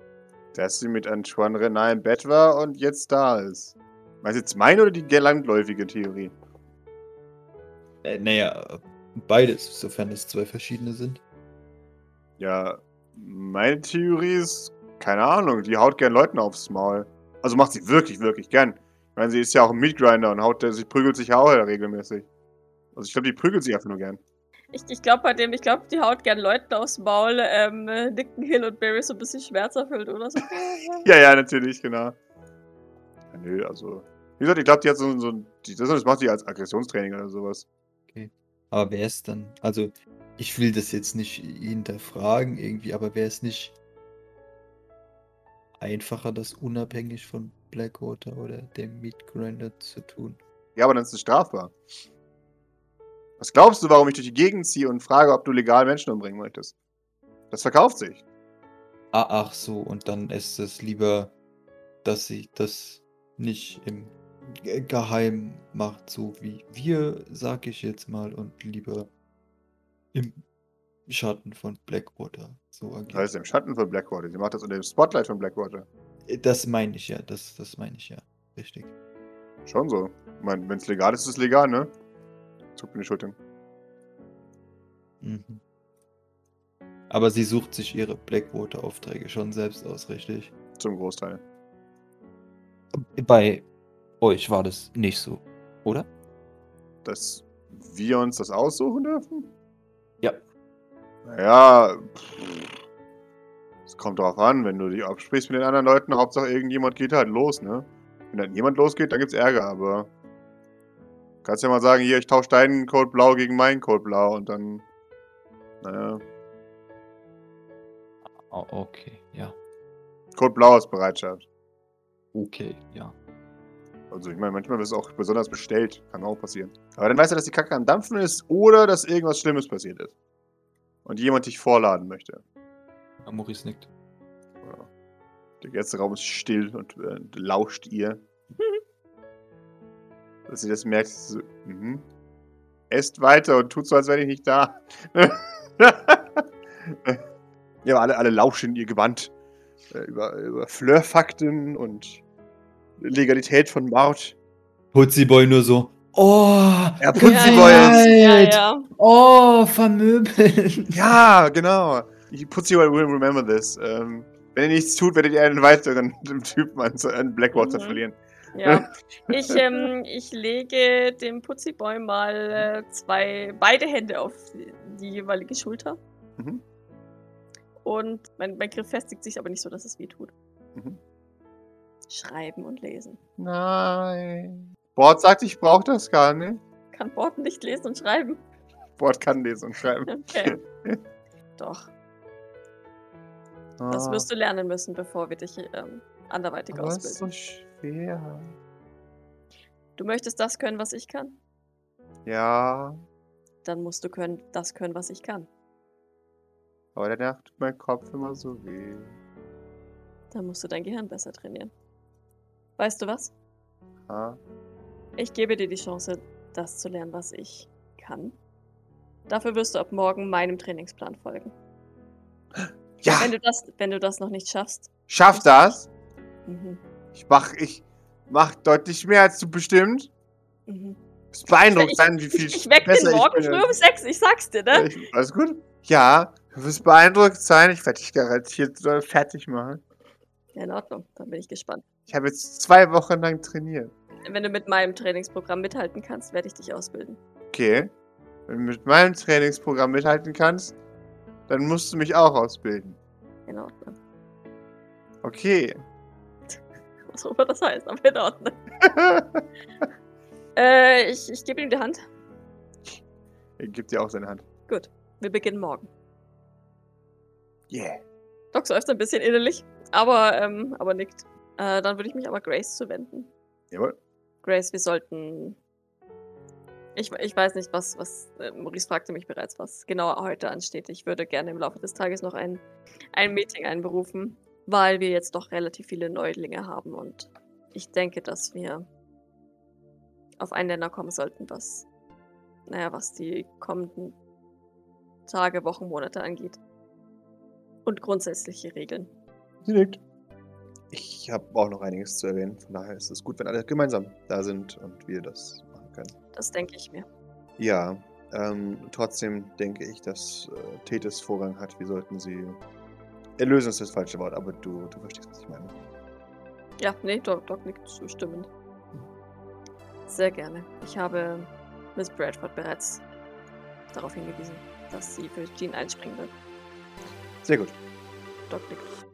Dass sie mit Antoine Renard im Bett war und jetzt da ist. Meinst du jetzt meine oder die landläufige Theorie?
Äh, naja, beides, sofern es zwei verschiedene sind.
Ja, meine Theorie ist, keine Ahnung, die haut gern Leuten aufs Maul. Also macht sie wirklich, wirklich gern. Ich meine, sie ist ja auch ein Meatgrinder und haut, sie prügelt sich ja auch regelmäßig. Also ich glaube, die prügelt sich einfach nur gern. (laughs)
Ich, ich glaube, bei dem, ich glaube, die haut gern Leuten aufs Maul, ähm, äh, nicken Hill und Barry so ein bisschen schmerzerfüllt oder so.
Ja, ja, natürlich, genau. Ja, nö, also. Wie gesagt, ich glaube, die hat so, so ein. die- Das das macht die als Aggressionstraining oder sowas.
Aber wer ist dann, also ich will das jetzt nicht hinterfragen irgendwie, aber wäre es nicht einfacher, das unabhängig von Blackwater oder dem Meatgrinder zu tun?
Ja, aber dann ist es strafbar. Was glaubst du, warum ich durch die Gegend ziehe und frage, ob du legal Menschen umbringen möchtest? Das verkauft sich.
Ah, ach so, und dann ist es lieber, dass sie das nicht im ge- geheim macht, so wie wir, sag ich jetzt mal, und lieber im Schatten von Blackwater so agiert.
Das ist im Schatten von Blackwater. Sie macht das unter dem Spotlight von Blackwater.
Das meine ich ja, das, das meine ich ja. Richtig.
Schon so. Ich meine, wenn es legal ist, ist es legal, ne? Zuckt mir die Schultern.
Mhm. Aber sie sucht sich ihre Blackwater-Aufträge schon selbst aus, richtig?
Zum Großteil.
Bei euch war das nicht so, oder?
Dass wir uns das aussuchen dürfen?
Ja.
Naja, pff, es kommt drauf an, wenn du dich absprichst mit den anderen Leuten, Hauptsache irgendjemand geht halt los, ne? Wenn dann jemand losgeht, dann gibt's Ärger, aber kannst ja mal sagen, hier, ich tausche deinen Code blau gegen meinen Code blau und dann, naja,
Ah, okay, ja.
Code blau ist Bereitschaft.
Okay, ja.
Also ich meine, manchmal wird es auch besonders bestellt, kann auch passieren. Aber dann weißt du, dass die Kacke am Dampfen ist oder dass irgendwas Schlimmes passiert ist. Und jemand dich vorladen möchte.
Ja, Maurice nickt.
Ja. Der ganze Raum ist still und äh, lauscht ihr. Als sie das merkt, ist sie so, mhm. Esst weiter und tut so, als wäre ich nicht da. (laughs) ja, aber alle, alle lauschen ihr Gewand. Äh, über, über Flirfakten und Legalität von Mord.
Putziboy nur so. Oh!
Ja,
Putziboy
ist-
Ja,
Gewalt!
ja.
Oh, vermöbeln!
Ja, genau. Ich putze will remember this. Ähm, wenn ihr nichts tut, werdet ihr einen weiteren (laughs) Typen an, an Blackwater
Mhm.
verlieren.
ja. Ich, ähm, ich lege dem Putziboy mal äh, zwei, beide Hände auf die, die jeweilige Schulter.
Mhm.
Und mein, mein Griff festigt sich aber nicht so, dass es weh tut.
Mhm.
Schreiben und lesen.
Nein. Bord sagt, ich brauche das gar nicht.
Kann Worten nicht lesen und schreiben. (laughs)
Bord kann lesen und schreiben. (laughs)
Okay. Doch, (laughs)
Ah.
das wirst du lernen müssen, bevor wir dich ähm, anderweitig
so
ausbilden.
schwer.
Du möchtest das können, was ich kann?
Ja,
Dann musst du können, das können, was ich kann.
aber danach tut mein Kopf immer so weh.
Dann musst du dein Gehirn besser trainieren. Weißt du was?
Ha?
Ich gebe dir die Chance, das zu lernen, was ich kann. Dafür wirst du ab morgen meinem Trainingsplan folgen.
Ja,
Wenn du das, wenn du das noch nicht schaffst,
schaff das.
mhm.
Ich mach, ich mach deutlich mehr als du bestimmt.
Mhm.
Es ist beeindruckend
Ich-
sein, wie viel
Ich, ich weck
besser
den morgen
ich bin.
früh um sechs, ich sag's dir, ne?
Ich, alles gut? Ja, du wirst beeindruckt sein. Ich werde dich garantiert äh, fertig machen.
Ja, in Ordnung, dann bin ich gespannt.
Ich habe jetzt zwei Wochen lang trainiert.
Wenn du mit meinem Trainingsprogramm mithalten kannst, werde ich dich ausbilden.
Okay. Wenn du mit meinem Trainingsprogramm mithalten kannst, dann musst du mich auch ausbilden.
In Ordnung. (laughs)
Okay. (laughs)
Was auch immer das heißt, aber in Ordnung. Äh, ich, ich gebe ihm die Hand.
er gibt dir auch seine Hand.
Wir beginnen morgen.
Yeah.
Doc seufzt ein bisschen innerlich, aber, ähm, aber nickt. Äh, dann würde ich mich aber Grace zuwenden.
Jawohl.
Grace, wir sollten. Ich, ich weiß nicht, was, was. Äh, Maurice fragte mich bereits, was genau heute ansteht. Ich würde gerne im Laufe des Tages noch ein, ein Meeting einberufen, weil wir jetzt doch relativ viele Neulinge haben und ich denke, dass wir auf einen Nenner kommen sollten, was. Naja, was die kommenden Tage, Wochen, Monate angeht. Und grundsätzliche Regeln.
Sie nickt. Ich habe auch noch einiges zu erwähnen. Von daher ist es gut, wenn alle gemeinsam da sind und wir das machen können.
Das denke ich mir.
Ja, ähm, trotzdem denke ich, dass äh, Tethys Vorrang hat. Wir sollten sie. Erlösen ist das falsche Wort, aber du, du verstehst, was ich meine.
Ja, nee, Doc, Doc nickt zustimmend. Sehr gerne. Ich habe Miss Bradford bereits darauf hingewiesen, dass sie für Jean einspringen wird.
Sehr gut.
Doc nickt.